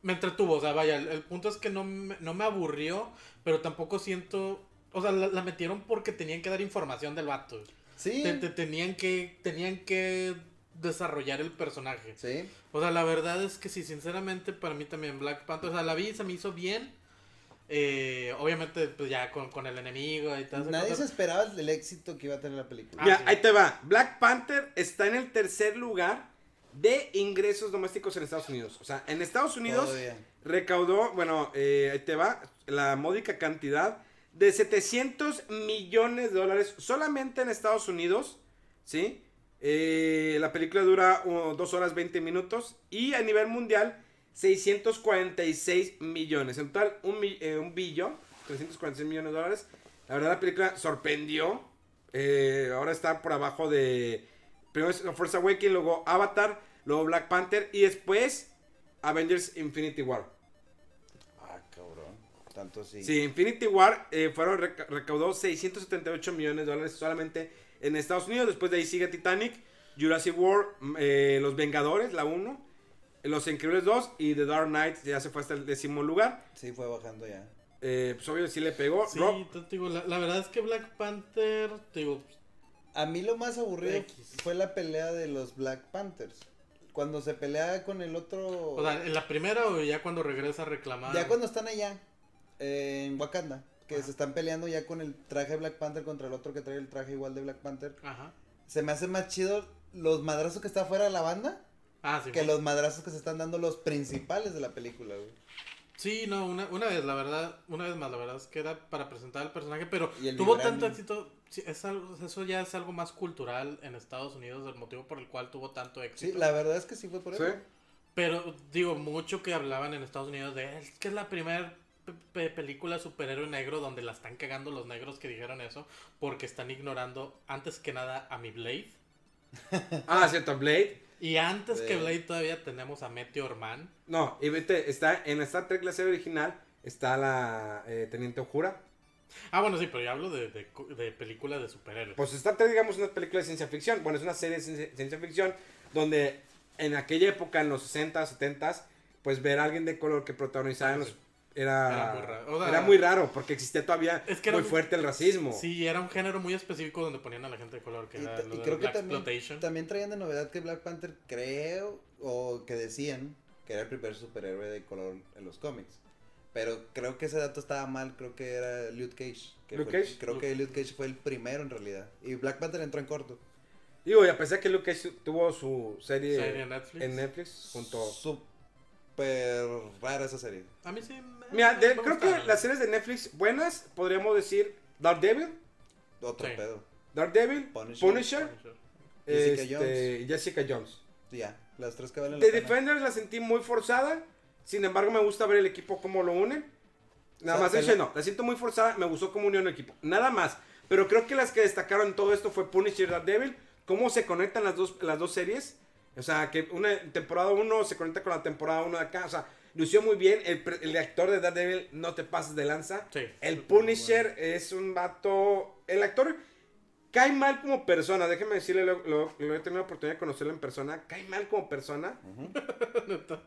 B: Me entretuvo, o sea, vaya, el, el punto es que no me, no me aburrió, pero tampoco siento... O sea, la, la metieron porque tenían que dar información del vato.
C: Sí.
B: Te- te- tenían, que, tenían que desarrollar el personaje.
C: Sí.
B: O sea, la verdad es que sí, sinceramente, para mí también Black Panther, o sea, la vi, se me hizo bien. Eh, obviamente, pues ya con, con el enemigo y tal.
C: Nadie se esperaba el del éxito que iba a tener la película.
A: Mira,
B: Ah, sí.
A: ahí te va. Black Panther está en el tercer lugar de ingresos domésticos en Estados Unidos. O sea, en Estados Unidos
C: Todavía.
A: recaudó, bueno, eh, ahí te va, la módica cantidad de 700 millones de dólares solamente en Estados Unidos, ¿sí? Eh, la película dura oh, dos horas 20 minutos y a nivel mundial 646 millones. En total, un, mi- eh, un billón, 346 millones de dólares. La verdad, la película sorprendió. Eh, ahora está por abajo de. Primero es Force Awakens, luego Avatar, luego Black Panther y después Avengers Infinity War.
C: Ah, cabrón. Tanto sí.
A: Sí, Infinity War eh, fueron reca- recaudó 678 millones de dólares solamente en Estados Unidos. Después de ahí sigue Titanic, Jurassic World, mm, eh, Los Vengadores, la 1, Los Increíbles 2 y The Dark Knight, ya se fue hasta el décimo lugar.
C: Sí, fue bajando ya.
A: Eh, pues obvio sí le pegó.
B: Sí,
A: Rob-
B: te digo, la, la verdad es que Black Panther, te digo,
C: A mí lo más aburrido
B: X.
C: fue la pelea de los Black Panthers. Cuando se pelea con el otro.
B: o sea, en la primera o ya cuando regresa a reclamar.
C: Ya cuando están allá, eh, en Wakanda, que se están peleando ya con el traje de Black Panther contra el otro que trae el traje igual de Black Panther,
B: Ajá.
C: se me hace más chido los madrazos que está fuera de la banda
B: Ah, sí.
C: que
B: bueno.
C: los madrazos que se están dando los principales de la película, güey.
B: Sí, no, una, una vez, la verdad, una vez más, la verdad es que era para presentar al personaje, pero
C: Y el
B: tuvo
C: vibranium.
B: tanto éxito, sí, es algo- eso ya es algo más cultural en Estados Unidos, el motivo por el cual tuvo tanto
C: Sí,
B: éxito.
C: la verdad es que sí fue por eso.
A: Sí.
B: Pero digo, mucho que hablaban en Estados Unidos de es que es la primera película superhéroe negro donde la están cagando los negros que dijeron eso, porque están ignorando antes que nada a mi Blade.
A: Ah, cierto, Blade.
B: Y antes que
C: Sí.
B: Blade todavía tenemos a Meteor Man.
A: No, y vete, está en Star Trek, la serie original, está la eh, Teniente Ojura.
B: Ah, bueno, sí, pero yo hablo de, de, cu- de películas de superhéroes.
A: Pues Star Trek, digamos, es una película de ciencia ficción. Bueno, es una serie de ciencia, ciencia ficción donde en aquella época, en los 60, 70, pues ver a alguien de color que protagonizaba en los- era,
B: Era muy raro. O sea,
A: era muy raro, porque existía todavía
B: Es que era
A: muy
B: muy-
A: fuerte el racismo.
B: Sí, era un género muy específico donde ponían a la gente de color, que
C: Y,
B: era
C: ta-
B: lo
C: y
B: de
C: creo que
B: Black
C: también,
B: Exploitation.
C: también traían de novedad que Black Panther, creo, o que decían que era el primer superhéroe de color en los cómics. Pero creo que ese dato estaba mal, creo que era Luke Cage. que
A: ¿Luke
C: fue-
A: Cage?
C: Creo que Luke Cage fue el primero en realidad. Y Black Panther entró en corto.
A: Digo, y a pesar que Luke Cage tuvo su serie,
B: Serie en Netflix.
A: en Netflix, junto...
C: Súper rara esa serie.
B: A mí sí. me-
A: Mira, de-
B: me
A: creo
B: gustaron.
A: que las series de Netflix buenas, podríamos decir Dark Devil,
C: Otro
B: Sí.
C: pedo.
A: Dark Devil,
C: Punisher.
A: Punisher,
C: Jessica
A: este,
C: Jones.
A: Jessica Jones.
C: Ya, las tres que valen la
A: The
C: pena.
A: Defenders la sentí muy forzada. Sin embargo, me gusta ver el equipo cómo lo unen. Nada
C: O sea,
A: más
C: te
A: dice,
C: la-
A: no, la siento muy forzada, me gustó cómo unió el equipo. Nada más. Pero creo que las que destacaron en todo esto fue Punisher y Devil. Cómo se conectan las dos, las dos series. O sea, que una temporada 1 se conecta con la temporada 1 de acá. O sea, lució muy bien. El, pre- el actor de Daredevil, no te pases de lanza.
B: Sí.
A: El Punisher es un vato. El actor cae mal como persona. Déjeme decirle, lo, lo- lo he tenido la oportunidad de conocerlo en persona. Cae mal como persona.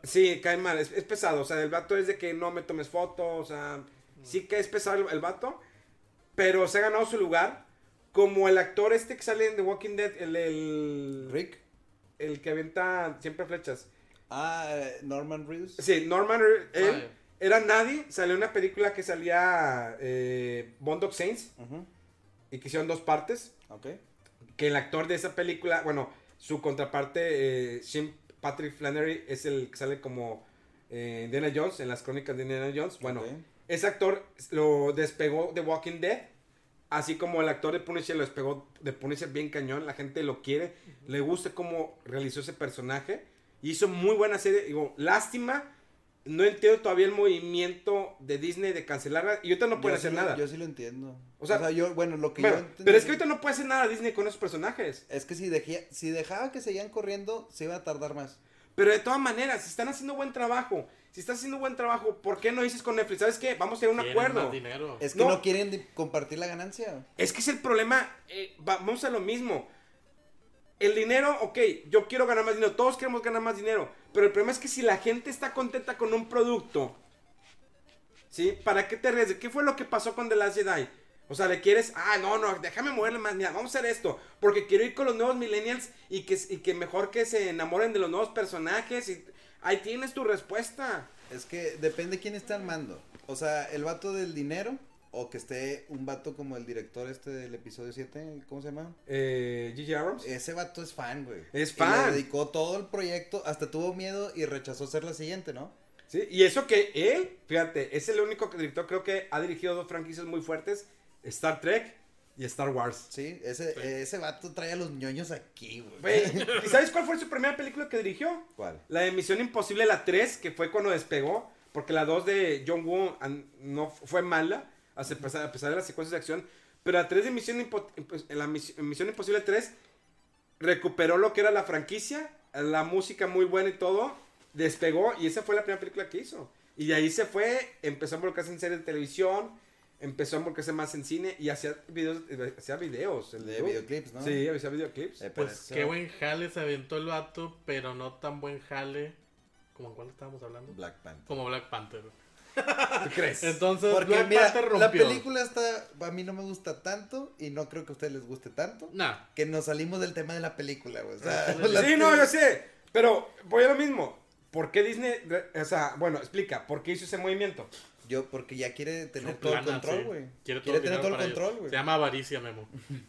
A: Sí, cae mal, es, es pesado. O sea, el vato es de que no me tomes fotos. O sea, sí que es pesado el, el vato. Pero se ha ganado su lugar. Como el actor este que sale en The Walking Dead, el, el,
C: Rick.
A: el que avienta siempre flechas.
C: Ah, eh, Norman Reedus.
A: Sí, Norman, er, él
B: Ah,
A: era nadie. Salió en una película que salía eh, Bondock Saints
C: Ujú,
A: y que hicieron dos partes.
C: Ok.
A: que el actor de esa película, bueno, su contraparte, eh, Sean Patrick Flannery, es el que sale como eh, Indiana Jones, en las crónicas de Indiana Jones. Bueno,
C: Ok.
A: ese actor lo despegó de Walking Dead, así como el actor de Punisher lo despegó de Punisher bien cañón, la gente lo quiere, le gusta cómo realizó ese personaje, hizo muy buena serie, digo, lástima. No entiendo todavía el movimiento de Disney de cancelarla. Y ahorita no pueden
C: Yo sí
A: hacer
C: lo-
A: nada.
C: Yo sí lo entiendo.
A: O
C: O
A: sea,
C: sea, yo, bueno, lo que
A: Bueno,
C: yo entendí-
A: pero es que ahorita no puede hacer nada Disney con esos personajes.
C: Es que si, dejía- si dejaba que seguían corriendo, se iba a tardar más.
A: Pero de todas maneras, si están haciendo buen trabajo, si están haciendo buen trabajo, ¿por qué no dices con Netflix? ¿Sabes qué? Vamos a tener un
B: Quieren
A: acuerdo.
B: más dinero.
C: Es que
A: No.
C: no, quieren di- compartir la ganancia.
A: Es que es el problema. eh, va- vamos a lo mismo. El dinero, ok, yo quiero ganar más dinero, todos queremos ganar más dinero. Pero el problema es que si la gente está contenta con un producto, ¿sí? ¿Para qué te arriesgas? ¿Qué fue lo que pasó con The Last Jedi? O sea, le quieres, ah, no, no, déjame moverle más, mira, vamos a hacer esto, porque quiero ir con los nuevos millennials y que, y que mejor que se enamoren de los nuevos personajes. Y ahí tienes tu respuesta.
C: Es que depende quién está al mando. O sea, el vato del dinero o que esté un vato como el director este del episodio 7, ¿cómo se llama?
A: Eh, Gigi Abrams.
C: Ese vato es fan, güey.
A: Es
C: Y
A: fan.
C: le dedicó todo el proyecto, hasta tuvo miedo y rechazó ser la siguiente, ¿no?
A: Sí, y eso que él, fíjate, es el único director, creo que ha dirigido dos franquicias muy fuertes, Star Trek y Star Wars.
C: Sí, ese, ese vato trae a los ñoños aquí, güey.
A: Güey, ¿Y sabes cuál fue su primera película que dirigió?
C: ¿Cuál?
A: La de Misión Imposible, la 3, que fue cuando despegó, porque la 2 de John Woo an- no f- fue mala, a se- a pesar, a pesar de las secuencias de acción, pero la 3 de Misión, Impo- Impos- la Mis- Misión Imposible 3 recuperó lo que era la franquicia, la música muy buena y todo, despegó y esa fue la primera película que hizo. Y de ahí se fue, empezó a involucrarse en series de televisión, empezó a involucrarse más en cine y hacía videos, eh, hacía videos. el
C: De
A: dude.
C: videoclips, ¿no?
A: Sí, hacía videoclips.
C: Eh, pero
B: Pues
C: ese
B: qué
C: va-
B: buen jale se aventó el vato, pero no tan buen jale como en cuál estábamos hablando.
C: Black Panther.
B: Como Black Panther.
A: ¿Tú crees?
B: Entonces,
C: Porque
B: Black
C: mira,
B: Panther rompió.
C: la película está, a mí no me gusta tanto y no creo que a ustedes les guste tanto.
B: Nah.
C: Que nos salimos del tema de la película, güey. O sea, la-
A: Sí, no, yo sé. Pero voy a lo mismo. ¿Por qué Disney? re- O sea, bueno, explica, ¿por qué hizo ese movimiento?
C: Yo, porque ya quiere tener
B: no
C: todo el
B: plana,
C: control,
B: sí.
C: güey.
B: Quiere, todo
C: Quiere
B: el
C: tener todo el
B: para ellos.
C: control, güey.
B: Se llama avaricia, Memo.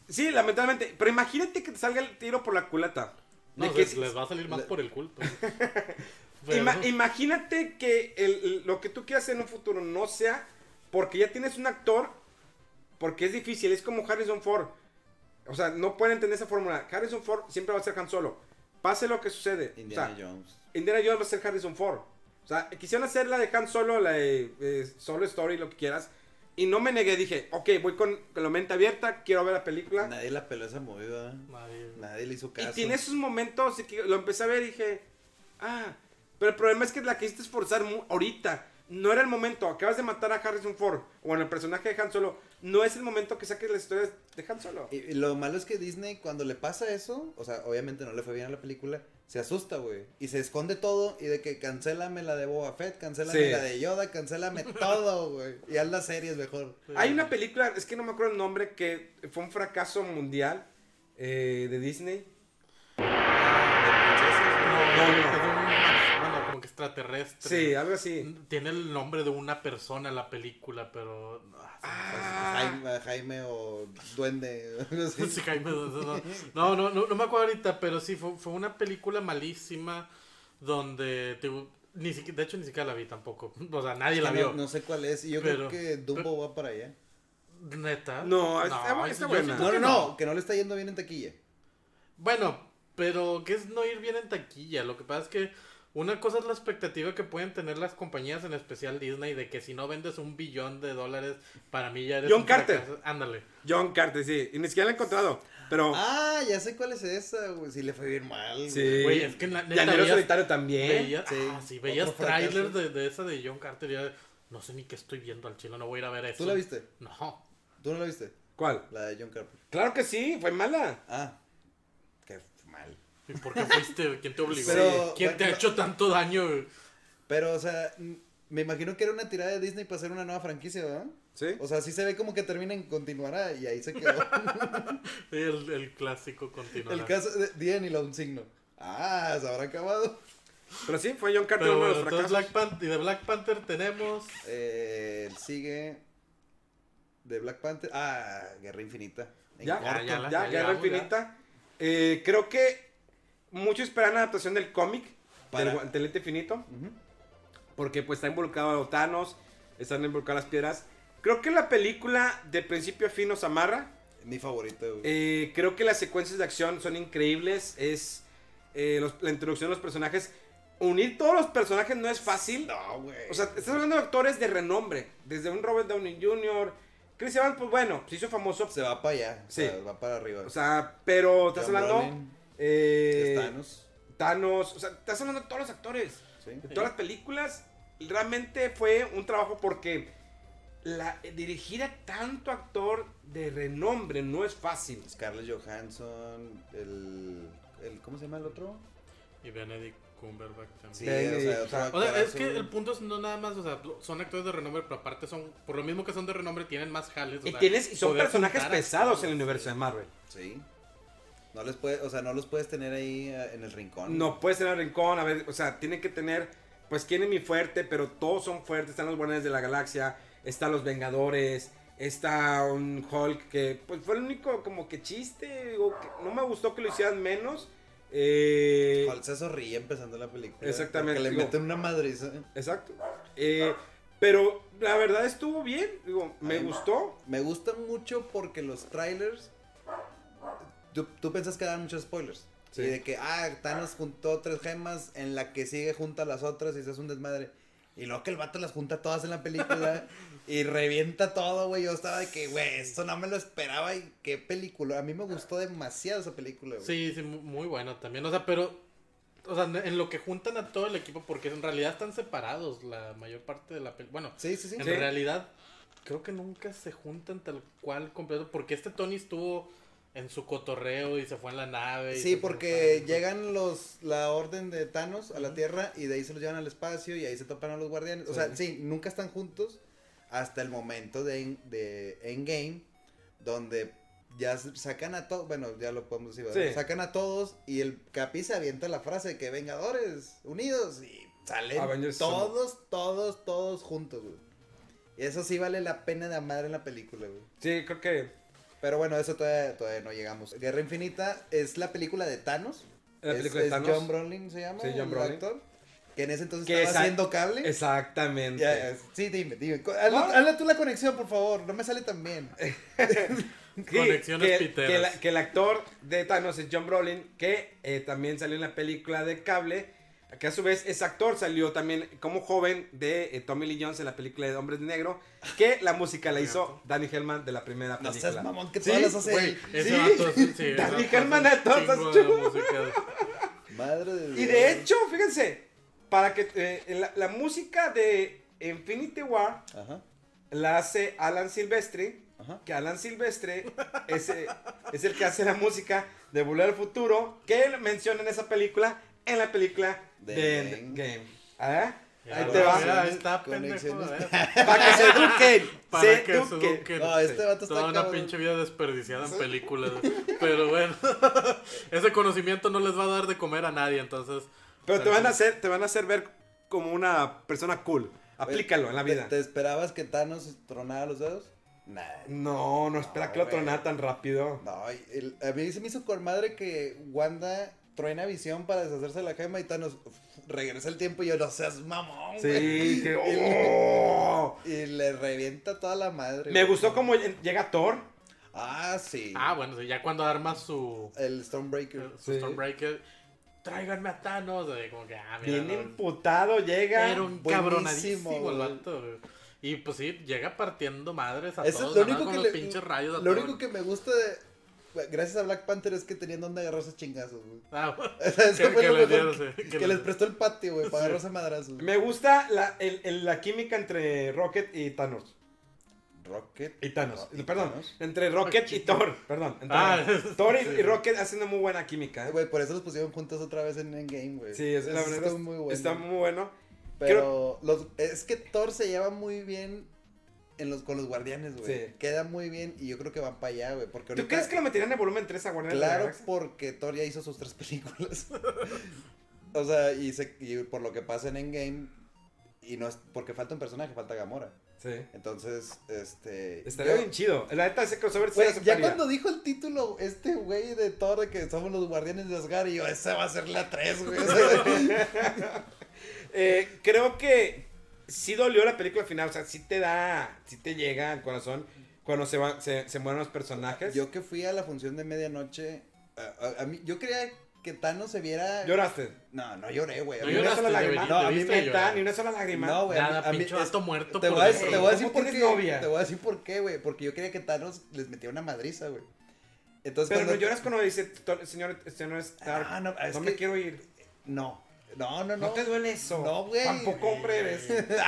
A: Sí, lamentablemente. Pero imagínate que te salga el tiro por la culata. De
B: No,
A: que
B: se-
A: si-
B: les va a salir más por el culto.
A: ima- imagínate que el- el- lo que tú quieras hacer en un futuro no sea porque ya tienes un actor, porque es difícil, es como Harrison Ford. O sea, no pueden entender esa fórmula. Harrison Ford siempre va a ser Han Solo. Pase lo que sucede. O
C: Indiana
A: sea,
C: Jones.
A: Indiana Jones va a ser Harrison Ford. O sea, quisieron hacer la de Han Solo, la de eh, Solo Story, lo que quieras. Y no me negué, dije, ok, voy con, con la mente abierta, quiero ver la película.
C: Nadie la peló esa movida. Nadie le hizo
A: y
C: caso.
A: tiene esos momentos de que lo empecé a ver y dije, ah, pero el problema es que la quisiste esforzar mu- ahorita. No era el momento, acabas de matar a Harrison Ford, o bueno, el personaje de Han Solo. No es el momento que saques la historia de Han Solo.
C: Y- y lo malo es que Disney, cuando le pasa eso, o sea, obviamente no le fue bien a la película, se asusta, güey. Y se esconde todo y de que cancélame la de Boba Fett, cancélame
A: Sí.
C: la de Yoda, cancélame todo, güey. Y haz las series mejor.
A: Hay una película, es que no me acuerdo el nombre, que fue un fracaso mundial eh, de Disney.
B: No,
A: no, no.
B: es de un- Bueno, como que extraterrestre.
A: Sí, algo así.
B: Tiene el nombre de una persona la película, pero.
A: Ah,
C: Pues, Jaime, Jaime o Duende. algo así.
B: Sí, Jaime, no, no, no, no, no, no me acuerdo ahorita, pero sí, fue, fue una película malísima donde, te digo, ni siqui- de hecho, ni siquiera la vi tampo. O sea, nadie la
C: No-
B: vio.
C: No, sé cuál es. Y yo
B: Pero-
C: creo que Dumbo va para allá.
B: Neta.
A: No, está bu- está
B: yo
A: buena.
B: siento
C: No,
B: Ah. que
C: no, no, que no le está yendo bien en taquilla.
B: Bueno, pero que es no ir bien en taquilla. Lo que pasa es que Una cosa es la expectativa que pueden tener las compañías, en especial Disney, de que si no vendes un billón de dólares, para mí ya eres
A: John
B: un
A: Carter.
B: fracaso. Ándale.
A: John Carter, sí. Y ni siquiera la he encontrado. Pero.
C: Ah, ya sé cuál es esa, güey. Sí, le fue bien mal. güey.
A: sí.
B: Güey, es que en la neta
A: Llanero
B: veías-
A: solitario también.
B: Veías,
C: Sí,
B: ah, sí, veías
C: otro fracaso.
B: trailers de, de esa de John Carter. y ya, no sé ni qué estoy viendo al chilo, no voy a ir a ver eso.
C: ¿Tú la viste?
B: No.
C: ¿Tú no la viste?
A: ¿Cuál?
C: La de John Carpenter.
A: Claro que sí, fue mala.
C: Ah, qué mal.
B: ¿Y por qué fuiste? ¿Quién te obligó?
C: Pero-
B: ¿Quién te ha
C: bueno,
B: hecho tanto daño?
C: Pero, o sea, m- me imagino que era una tirada de Disney para hacer una nueva franquicia, ¿verdad?
A: Sí.
C: O sea, sí se ve como que termina en continuará y ahí se quedó.
B: Sí, El, el clásico continuará.
C: El caso de Dianilo, un signo. Ah, se habrá acabado.
A: Pero sí, fue John Carter
B: Pero
A: uno de
B: bueno,
A: los
B: entonces
A: fracasos.
B: Black Panther, y de Black Panther tenemos...
C: Eh, sigue de Black Panther. Ah, Guerra Infinita. En
A: Ya,
C: corto.
A: ya,
B: Ya, ya la-
A: ya,
B: ya
A: Guerra
B: llegamos, ya.
A: Infinita. Eh, creo que muchos esperan la adaptación del cómic
C: Para-
A: del guantelete infinito. Porque pues está involucrado Thanos, están involucradas las piedras. Creo que la película de principio a fin nos amarra.
C: Mi favorito. güey.
A: Eh, creo que las secuencias de acción son increíbles. Es eh, los- la introducción de los personajes. Unir todos los personajes no es fácil.
C: no, güey.
A: O sea, estás hablando de actores de renombre. Desde un Robert Downey Jr. Chris Evans, pues bueno, se hizo famoso.
C: se va para allá.
A: Sí.
C: Sí. va para arriba.
A: O sea, pero estás
C: John
A: hablando.
C: Brolin,
A: eh,
C: es Thanos.
A: Thanos, O sea, estás hablando de todos los actores.
C: Sí.
A: De todas las películas. Realmente fue un trabajo porque la, dirigir a tanto actor de renombre no es fácil.
C: Scarlett Johansson. El, el. ¿Cómo se llama el otro?
B: Y Benedict Cumberbatch también.
C: Sí,
A: Benedict.
C: o sea, otro
B: O sea, es
C: actorazo.
B: que el punto es no nada más, o sea, son actores de renombre, pero aparte son, por lo mismo que son de renombre, tienen más jales. o
A: Y,
B: sea,
A: tienes, y son
B: poder
A: personajes
B: juntar a-
A: pesados en el universo de Marvel.
C: Sí. No les puede, o sea, no los puedes tener ahí eh, en el rincón.
A: No puedes tener rincón, a ver, o sea, tienen que tener, pues quién es mi fuerte, pero todos son fuertes, están los Guardianes de la Galaxia, están los Vengadores, está un Hulk que pues fue el único como que chiste, digo, que no me gustó que lo hicieran menos. eh,
C: Cual se sonríe empezando la película.
A: Exactamente,
C: Porque le
A: digo-
C: meten una madriza.
A: exacto. eh, pero la verdad estuvo bien, digo, me
C: Ay,
A: gustó.
C: Me gusta mucho porque los trailers. Tú, tú pensás que dan muchos spoilers.
A: Sí.
C: Y de que, ah, Thanos juntó tres gemas, en la que sigue junta las otras y se hace un desmadre. Y luego que el vato las junta todas en la película y revienta todo, güey. Yo estaba de que, güey, esto no me lo esperaba y qué película. A mí me gustó demasiado esa película, güey.
B: Sí, sí, mu- muy bueno también, o sea, pero, o sea, en lo que juntan a todo el equipo, porque en realidad están separados la mayor parte de la película. Bueno,
C: Sí, sí, sí.
B: en
A: Sí.
B: realidad creo que nunca se juntan tal cual completo, porque este Tony estuvo en su cotorreo y se fue en la nave. y se
C: Sí,
B: fue
C: porque
B: buscando.
C: llegan los la orden de Thanos a la Tierra y de ahí se los llevan al espacio y ahí se topan a los guardianes. O sea, sí, nunca están juntos hasta el momento de, de Endgame, donde ya s- sacan a todos, bueno, ya lo podemos decir, ¿verdad?
A: Sí.
C: sacan a todos y el Capi se avienta la frase de que Vengadores, unidos, y salen
A: Avengers
C: todos, todos, todos juntos, güey. Y eso sí vale la pena de amar en la película, güey.
A: Sí, creo que
C: Pero bueno, eso todavía, todavía no llegamos. Guerra Infinita es la película de Thanos.
A: La
C: Es-
A: película de
C: es
A: Thanos.
C: John Brolin se llama.
A: Sí, John
C: el
A: Brolin.
C: actor, que en ese entonces
A: Que
C: estaba
A: esa-
C: haciendo cable.
A: exactamente.
C: Ya, ya, sí, dime, dime. Co- Hazle,
A: No. Eh,
C: hazle tú la conexión, por favor. No me sale tan bien.
A: Sí,
B: Conexiones
A: que,
B: piteras.
A: que la- que el actor de Thanos es John Brolin, que eh, también salió en la película de Cable, que a su vez ese actor salió también como joven de eh, Tommy Lee Jones en la película de Hombres de Negro, que la música la hizo Danny Hellman de la primera
C: No
A: película.
C: seas mamón, que
A: Sí,
C: todas las hace
A: güey.
C: él.
B: Ese
A: Sí.
B: vato, sí, sí, ese
A: Danny
B: vato
A: Hellman
B: hace
A: a todas
B: un
A: las
B: chingo de
A: chus.
B: música.
C: Madre de Dios.
A: Y de hecho, fíjense, para que eh, la, la música de Infinity War
C: Ajá.
A: la hace Alan Silvestri.
C: Ajá.
A: Que Alan Silvestre es, eh, es el que hace la música de Volver al Futuro. Que él menciona en esa película. En la película
C: De
A: de,
C: Endgame.
A: Endgame. ¿Ah?
B: Ya,
A: Ahí te
B: bueno,
A: va.
B: mira, ahí está
C: Conexiones.
B: pendejo. ¿eh?
A: Para que se eduquen.
B: Para
A: se
B: que se
A: eduquen.
B: eduquen.
C: No, este vato está
B: Toda una
C: cabrón.
B: pinche vida desperdiciada en películas. Pero bueno, ese conocimiento no les va a dar de comer a nadie, entonces.
A: Pero te van, a hacer, te van a hacer ver como una persona cool. Aplícalo en la
C: ¿Te,
A: vida.
C: te esperabas que Thanos tronara los dedos? Nada.
A: No, no espera
C: No,
A: que lo
C: güey.
A: tronara tan rápido.
C: No, y el- a mí se me hizo con madre que Wanda truena visión para deshacerse de la gema y Thanos uf, regresa el tiempo y yo no seas mamón.
A: Sí,
C: güey".
A: que.
C: Y
A: ¡Oh!
C: le- Y le revienta toda la madre.
A: Me
C: güey.
A: gustó como llega Thor.
C: Ah, sí.
B: Ah, bueno, sí, ya cuando arma su,
C: El Stormbreaker.
B: su Stormbreaker. tráiganme a Thanos. güey, como que, ah, mira,
A: Bien
B: no,
A: emputado llega.
B: Era un
C: buenísimo,
B: cabronadísimo el
C: güey.
B: vato, güey. Y pues sí, llega partiendo madres a
C: Eso
B: todos,
C: es
B: nada
C: lo
B: más
C: único
B: con
C: que
B: los
C: le-
B: pinches rayos a
C: Lo
B: todos.
C: único que me gusta de. Gracias a Black Panther es que tenían donde agarrarse a chingazos, güey.
B: Ah,
C: O sea, eso
B: que-
C: fue
B: que
C: lo
B: les
C: mejor
B: dieron, sí,
C: que,
B: que
C: que
B: les-
C: les prestó el patio, güey, para agarrarse a madrazos.
A: Me gusta la, el- el- la química entre Rocket y Thanos.
C: Rocket.
A: Y Thanos.
C: Y
A: perdón,
C: Thanos.
A: entre Rocket y Thor. Perdón. entre-
B: Ah,
A: Thor y,
B: sí.
A: y Rocket hacen una muy buena química.
C: Ay,
A: ¿eh?
C: Güey, por eso los pusieron juntos otra vez en Endgame, güey.
A: Sí, es,
C: Eso
A: la verdad.
C: Está muy bueno.
A: Está muy bueno.
C: Pero los, es que Thor se lleva muy bien en los, con los guardianes, güey.
A: Sí.
C: Queda muy bien y yo creo que van para allá, güey. Porque
A: ¿Tú
C: ahorita-
A: crees que lo meterían en volumen 3 a Guardianes de la
C: Claro,
A: Galaxia?
C: porque Thor ya hizo sus tres películas. o sea, y, se- y por lo que pasa en Endgame, y no es porque falta un personaje, falta Gamora.
A: Sí.
C: Entonces, este.
A: Estaría
C: yo-
A: bien chido. La neta, ese crossover sí
C: Güey, ya
A: aceptaría.
C: cuando dijo el título este güey de Thor de que somos los guardianes de Asgard, y yo, esa va a ser la 3, güey. O sea,
A: Eh, creo que sí dolió la película final. O sea, sí te da, sí te llega al corazón cuando se, va, se, se mueren los personajes.
C: yo que fui a la función de medianoche, a, a- a mí, yo quería que Thanos se viera.
A: Lloraste.
C: No, no lloré, güey. A
B: No
C: mí
A: Ni
C: me-
A: una
B: lloraste,
A: sola lágrima.
B: deberí-
A: No, a mí
B: debiste
A: me
B: de
A: da
B: llorar.
A: ni una sola lágrima.
C: No, güey. a mí-
B: Nada,
C: a mí-
B: pinche
C: es-
B: vato muerto
C: Te
B: por
C: voy, a,
B: dentro.
C: te voy a decir
A: ¿Cómo
C: por qué.
A: tienes novia?
C: Te voy a decir por qué, güey. Porque yo quería que Thanos les metiera una madriza, güey. Entonces,
A: Pero no
C: cuando-
A: lloras cuando dice, "To- señor, señor Stark,
C: Ah,
A: no,
C: no, es
A: me
C: que-
A: quiero ir.
C: No. No, no, no.
A: No, te duele eso.
C: No, güey.
A: Tampoco, hombre, eres.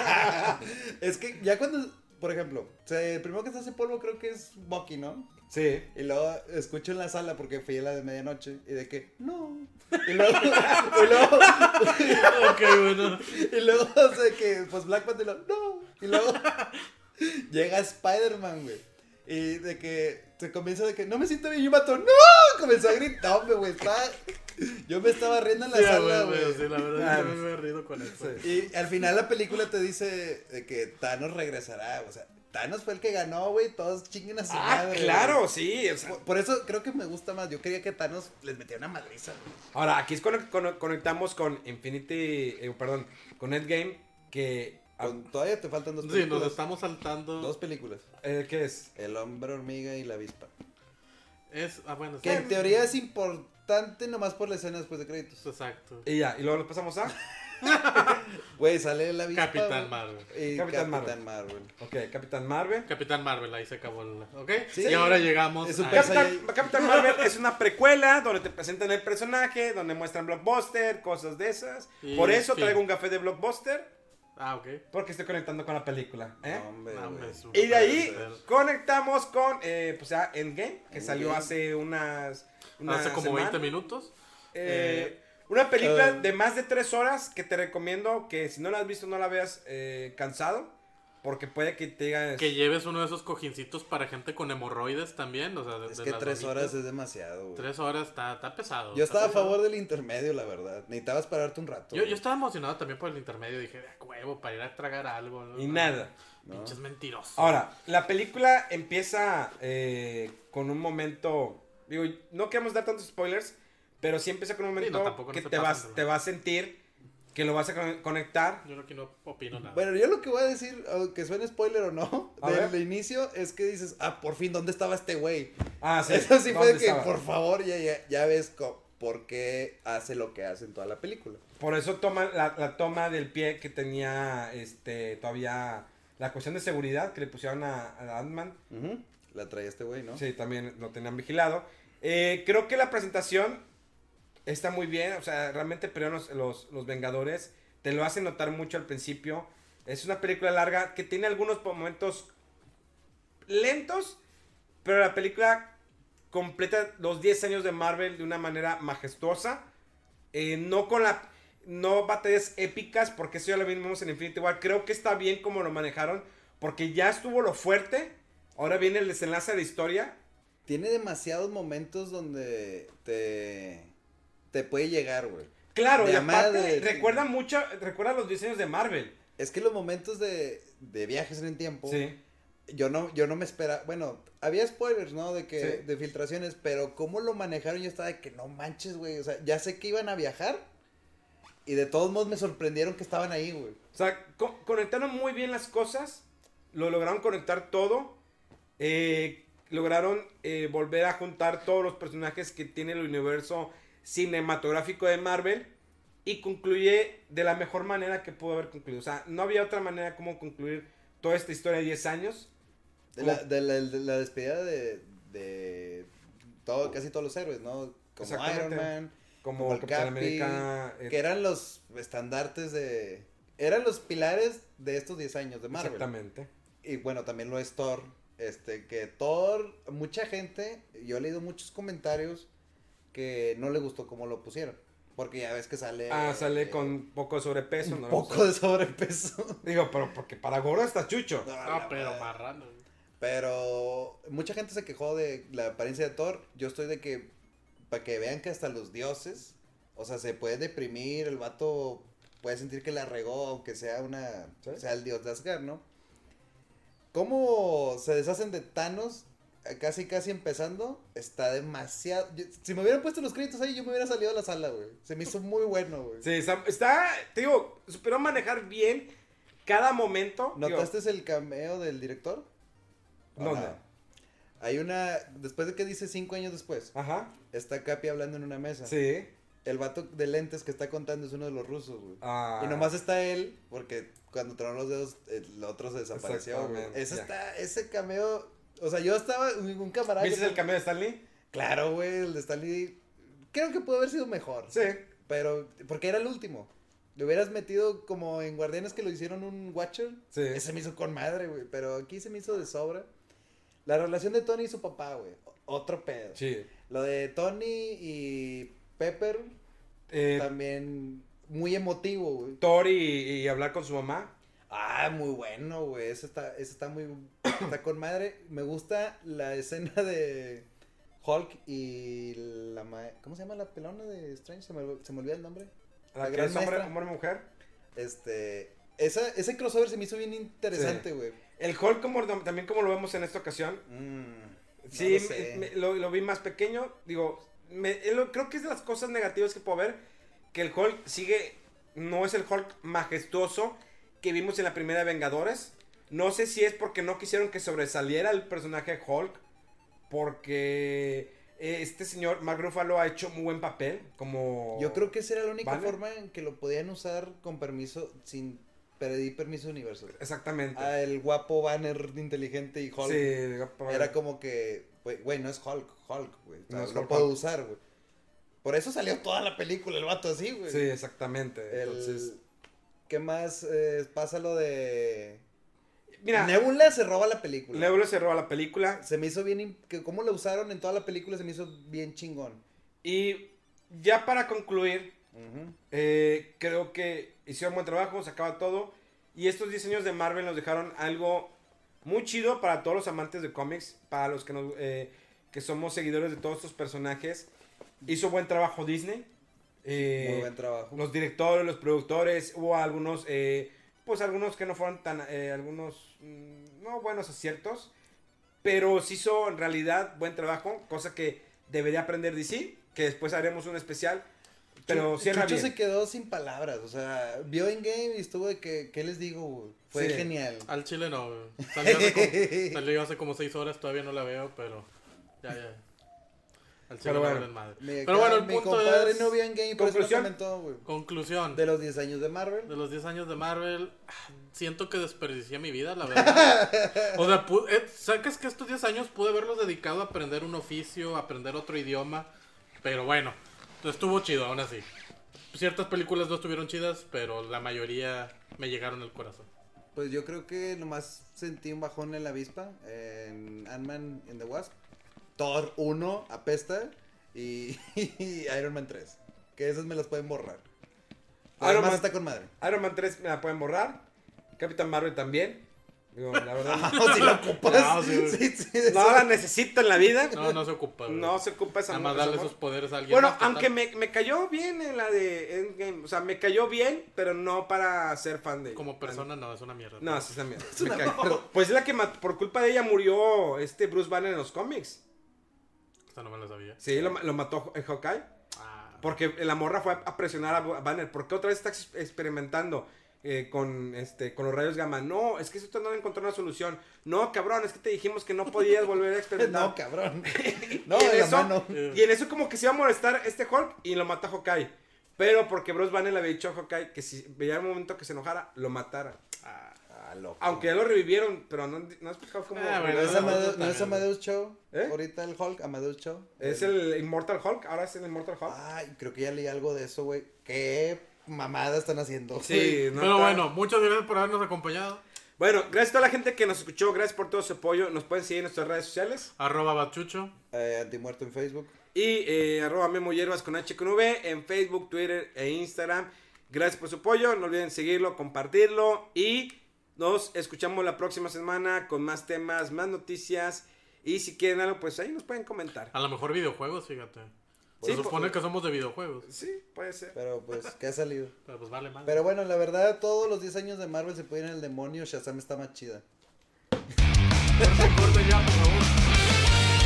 C: es que ya cuando, por ejemplo, se- el primero que se hace polvo creo que es Bucky, ¿no?
A: Sí.
C: Y luego escucho en la sala porque fui a la de medianoche y de que, no. Y luego, y luego,
B: ok, bueno.
C: y luego, o sea, que, pues Black Panther, lo- no. Y luego llega Spider-Man, güey. Y de que se comienza de que, no me siento bien, y un vato, no. Comenzó a gritarme, güey. estaba- Yo me estaba riendo en la
B: Sí, ah,
C: sala,
B: bueno,
C: güey.
B: sí, la
C: Ah,
B: verdad, yo también me he rido con eso.
C: Y al final la película te dice de que Thanos regresará. O sea, Thanos fue el que ganó, güey. Todos chinguen a su
A: Ah,
C: madre. Pues-
A: claro,
C: güey.
A: sí. o sea,
C: Por, por eso creo que me gusta más. Yo quería que Thanos les metiera una madriza. güey.
A: ahora, aquí es cuando cuando conectamos con Infinity, eh, perdón, con Endgame, que...
C: Con- todavía te faltan dos
B: Sí,
C: películas.
B: nos estamos saltando.
C: pues, Dos películas.
A: eh, ¿Qué es?
C: El hombre hormiga y la avispa.
B: Es, ah, bueno,
C: Que
B: sí.
C: en teoría es importante nomás por la escena después de créditos.
B: Exacto.
A: Y ya, y luego lo pasamos a...
C: Güey, sale la avispa.
B: Capitán
C: güey,
B: Marvel.
C: Y
A: Capitán
C: Capitán,
A: Marvel. ¿Eh?
C: Marvel.
A: Ok, Capitán Marvel.
B: Capitán Marvel, ahí se acabó el. ¿Ok?
C: Sí.
B: y ahora llegamos.
C: Es un
B: a-
C: Pues personaje.
A: Capitán, Capitán Marvel es una precuela donde te presentan el personaje, donde muestran Blockbuster, cosas de esas.
B: Y
A: Por eso
B: fin.
A: traigo un café de Blockbuster,
B: Ah, ok.
A: porque estoy conectando con la película. ¿eh?
C: No, hombre,
B: No,
C: güey.
B: me super-
A: Y de ahí conectamos con, eh, pues ya, Endgame, que salió hace unas... una
B: Hace como
A: semana.
B: 20 minutos.
A: Eh, una película
C: eh.
A: de más de tres horas que te recomiendo que si no la has visto no la veas eh, cansado, porque puede que te digas...
B: Que lleves uno de esos cojincitos para gente con hemorroides también. O sea, de,
C: Es
B: de
C: que
B: las
C: tres
B: bonitas.
C: horas es demasiado, güey.
B: Tres horas está, está pesado.
C: Yo
B: está
C: estaba a
B: pesado.
C: favor del intermedio, la verdad. Necesitabas pararte un rato.
B: Yo,
C: güey.
B: yo estaba emocionado también por el intermedio. Dije, de huevo, para ir a tragar algo. ¿no?
A: Y nada.
B: Pinches mentirosos.
C: Ah.
A: Ahora, la película empieza eh, con un momento. Digo, no queremos dar tantos spoilers, pero sí empieza con un
B: Sí, no,
A: momento
B: tampoco no
A: que
B: se
A: te,
B: pasen,
A: vas,
B: pero-
A: te vas a sentir que lo vas a con- conectar.
B: Yo no, que no opino nada.
C: Bueno, yo lo que voy a decir, aunque suene spoiler o no,
A: A
C: del
A: ver.
C: inicio es que dices, ah, por fin, ¿dónde estaba este güey?
A: Ah, sí.
C: Eso sí fue
A: ¿dónde
C: de que,
A: estaba?
C: por favor, ya, ya, ya ves co- por qué hace lo que hace en toda la película.
A: Por eso toma la, la toma del pie que tenía este todavía la cuestión de seguridad que le pusieron a, a Ant-Man.
C: La traía este güey, ¿no?
A: Sí, también lo tenían vigilado. Eh, creo que la presentación está muy bien. O sea, realmente pero los, los, los Vengadores. Te lo hacen notar mucho al principio. Es una película larga que tiene algunos momentos lentos. Pero la película completa los 10 años de Marvel de una manera majestuosa. Eh, no con la. No batallas épicas, porque eso ya lo vimos en Infinity War. Creo que está bien como lo manejaron, porque ya estuvo lo fuerte. Ahora viene el desenlace de la historia.
C: Tiene demasiados momentos donde te, te puede llegar, güey.
A: Claro,
C: De
A: y
C: a
A: aparte,
C: madre.
A: recuerda mucho. Recuerda los diseños de Marvel.
C: Es que los momentos de, de viajes en el tiempo,
A: Sí.
C: yo no yo no me esperaba, bueno, había spoilers, ¿no? De que
A: Sí.
C: de filtraciones, pero cómo lo manejaron yo estaba de que no manches, güey, o sea, ya sé que iban a viajar y de todos modos me sorprendieron que estaban ahí, güey.
A: O sea, co- conectaron muy bien las cosas. Lo lograron conectar todo. eh, lograron eh, volver a juntar todos los personajes que tiene el universo cinematográfico de Marvel y concluye de la mejor manera que pudo haber concluido. O sea, no había otra manera como concluir toda esta historia de 10 años.
C: De la, de la, de la despedida de, de todo, casi todos los héroes, ¿no? Como Iron
A: Exactamente.
C: Man,
A: Como
C: como el
A: Capitán
C: Capi,
A: América, eh,
C: que eran los estandartes de... Eran los pilares de estos 10 años de Marvel.
A: Exactamente.
C: Y bueno, también lo es Thor. Este, que Thor, mucha gente, yo he leído muchos comentarios que no le gustó cómo lo pusieron. Porque ya ves que sale...
A: Ah, sale
C: eh,
A: con poco sobrepeso.
C: un
A: ¿no?
C: poco de sobrepeso.
A: Digo, pero porque para gordo está chucho.
C: No,
B: No, Ah, pero marrano.
C: Pero mucha gente se quejó de la apariencia de Thor. Yo estoy de que, para que vean que hasta los dioses, o sea, se puede deprimir, el vato puede sentir que la regó, aunque sea una,
A: Sí.
C: sea el dios de Asgard, ¿no? ¿Cómo se deshacen de Thanos? eh, Casi, casi empezando, está demasiado. yo- si me hubieran puesto los créditos ahí, yo me hubiera salido a la sala, güey. Se me hizo muy bueno, güey.
A: Sí, está, está, te digo, superó manejar bien cada momento. Digo,
C: ¿Notaste el cameo del director? ¿O
A: ¿Dónde?
C: nada? Hay una. Después de que dice cinco años después.
A: Ajá.
C: Está Capi hablando en una mesa.
A: Sí.
C: El vato de lentes que está contando es uno de los rusos, güey.
A: Ah.
C: Y nomás está él, porque cuando tronó los dedos, el otro se desapareció, güey.
A: Exactamente,
C: Ese,
A: ya.
C: está, ese cameo. O sea, yo estaba. Un, un camarada.
A: ¿Viste
C: que-
A: el cambio de Stanley?
C: Claro, güey, el de Stanley. Creo que pudo haber sido mejor.
A: Sí.
C: Pero. Porque era el último. Le hubieras metido como en Guardianes que lo hicieron un Watcher.
A: Sí.
C: Ese me hizo con madre, güey. Pero aquí se me hizo de sobra. La relación de Tony y su papá, güey. o- Otro pedo.
A: Sí.
C: Lo de Tony y Pepper
A: Eh,
C: también muy emotivo, güey.
A: Thor y, y hablar con su mamá.
C: Ah, muy bueno, güey. Ese está, ese está muy. Está con madre. Me gusta la escena de Hulk y la. ma- ¿Cómo se llama la pelona de Strange? Se me, se me olvida el nombre.
A: La,
C: La
A: que
C: gran
A: es hombre,
C: maestra.
A: hombre mujer.
C: Este. Esa, ese crossover se me hizo bien interesante, güey.
A: El Hulk como, también como lo vemos en esta ocasión.
C: Mm, no
A: Sí,
C: lo sé.
A: me- me- lo, lo vi más pequeño. Digo, me- eh, lo- creo que es de las cosas negativas que puedo ver. Que el Hulk sigue. No es el Hulk majestuoso que vimos en la primera de Vengadores. No sé si es porque no quisieron que sobresaliera el personaje Hulk. Porque eh, este señor, Mark Ruffalo, ha hecho muy buen papel. Como.
C: Yo creo que esa era la única
A: ¿Vale?
C: forma en que lo podían usar con permiso, sin pedir permiso de universo.
A: Exactamente.
C: Ah, el guapo banner inteligente y Hulk.
A: Sí, digo,
C: Era como que, güey, güey, no es Hulk, Hulk, güey. O sea,
A: No es
C: lo
A: Hulk,
C: puedo
A: Hulk.
C: usar, güey. Por eso salió toda la película el vato así, güey.
A: Sí, exactamente.
C: El-
A: Entonces.
C: ¿Qué más eh, pasa lo de...
A: Mira,
C: Nebula se roba la película.
A: Nebula se roba la película.
C: Se me hizo bien... im- Que cómo la usaron en toda la película se me hizo bien chingón.
A: Y ya para concluir,
C: Ujú.
A: eh, creo que hicieron buen trabajo, se acaba todo. Y estos diseños de Marvel nos dejaron algo muy chido para todos los amantes de cómics, para los que, nos, eh, que somos seguidores de todos estos personajes. Hizo buen trabajo Disney. eh,
C: Muy buen trabajo.
A: los directores, los productores, hubo algunos, eh, pues algunos que no fueron tan, eh, algunos mm, no buenos aciertos, pero se hizo en realidad buen trabajo, cosa que debería aprender DC, que después haremos un especial, pero
C: Chu-
A: cierra
C: Chucho
A: bien.
C: se quedó sin palabras, o sea, vio en game y estuvo de que, ¿qué les digo? güey? Fue
A: Sí.
C: genial.
B: Al chile no, güey. Salió hace, como, salió hace como seis horas, todavía no la veo, pero. Ya, ya. Al
A: Pero
B: chile no
A: bueno.
B: valen madre.
C: Me
B: pero bueno,
C: ca-
B: el
C: mi
B: punto
C: compadre
B: es.
C: no vio en game, por eso no
A: Conclusión.
C: comentó, güey.
B: Conclusión.
C: De los 10 años de Marvel.
B: De los 10 años de Marvel, ah, siento que desperdicié mi vida, la verdad. O sea, pu- eh, sacas que estos 10 años pude haberlos dedicado a aprender un oficio, a aprender otro idioma. Pero bueno, estuvo chido, aún así. Ciertas películas no estuvieron chidas, pero la mayoría me llegaron al corazón.
C: Pues yo creo que nomás sentí un bajón en la avispa, en Ant-Man and the Wasp. Thor 1 apesta y, y Iron Man 3. Que esas me las pueden borrar. Iron
A: Iron Man-
C: está con madre.
A: Iron Man 3 me la pueden borrar, Capitán Marvel también, digo, la verdad,
C: No, si la ocupas.
B: No, sí, güey.
C: Pues, sí, sí, de
A: no
C: eso-
A: la necesito en la vida,
B: No, no se ocupa. güey.
A: no se ocupa esa
B: Nada más
A: esa
B: darle
A: mo-
B: esos poderes a alguien.
A: Bueno,
B: más, total.
A: aunque me, me cayó bien en la de Endgame, o sea, me cayó bien, pero no para ser fan de ella.
B: Como persona, no, es una mierda.
A: No, sí es la mierda. Me cae. Pues es la que mat- por culpa de ella murió este Bruce Banner en los cómics.
B: Esta no me la sabía.
A: Sí, lo, ma- lo mató en Hawkeye.
B: Ah,
A: Porque la morra fue a presionar a Bu- a Banner. ¿Por qué otra vez está ex- experimentando? eh, con, este, con los rayos gamma. No, es que eso no encontró una solución. No, cabrón, es que te dijimos que no podías volver a experimentar.
C: No, cabrón. No,
A: y, en
C: de la
A: eso, eh,
C: mano.
A: y en eso como que se iba a molestar este Hulk y lo mata Hawkeye. Pero porque Bruce Banner le había dicho a Hawkeye que si veía un momento que se enojara, lo matara.
C: Ah, loco.
A: Aunque ya lo revivieron, pero no, han- no han explicado cómo.
B: Ah, bueno,
C: ¿No es,
B: Pero
C: Amadeus,
B: no,
C: ¿No es Amadeus Cho?
A: ¿Eh?
C: Ahorita el Hulk, Amadeus Cho.
A: Es el Immortal Hulk, ahora es el Immortal Hulk.
C: Ay, creo que ya leí algo de eso, güey. ¿Qué mamada están haciendo?
A: no
B: Pero
A: está-
B: bueno, muchas gracias por habernos acompañado.
A: Bueno, gracias a toda la gente que nos escuchó, gracias por todo su apoyo. Nos pueden seguir en nuestras redes sociales.
B: Arroba Bachucho.
C: Eh, antimuerto en Facebook.
A: Y eh, arroba Memo Hierbas con H con V en Facebook, Twitter e Instagram. Gracias por su apoyo. No olviden seguirlo, compartirlo. Y nos escuchamos la próxima semana con más temas, más noticias. Y si quieren algo, pues ahí nos pueden comentar.
B: A lo mejor videojuegos, fíjate.
A: Sí,
B: Se supone
A: pues-
B: que somos de videojuegos.
A: Sí, puede ser.
C: Pero pues, ¿qué ha salido?
B: Pero pues vale madre.
C: Pero bueno, la verdad, todos los 10 años de Marvel se pueden ir al demonio. Shazam está más chida.
B: Corta ya, por favor.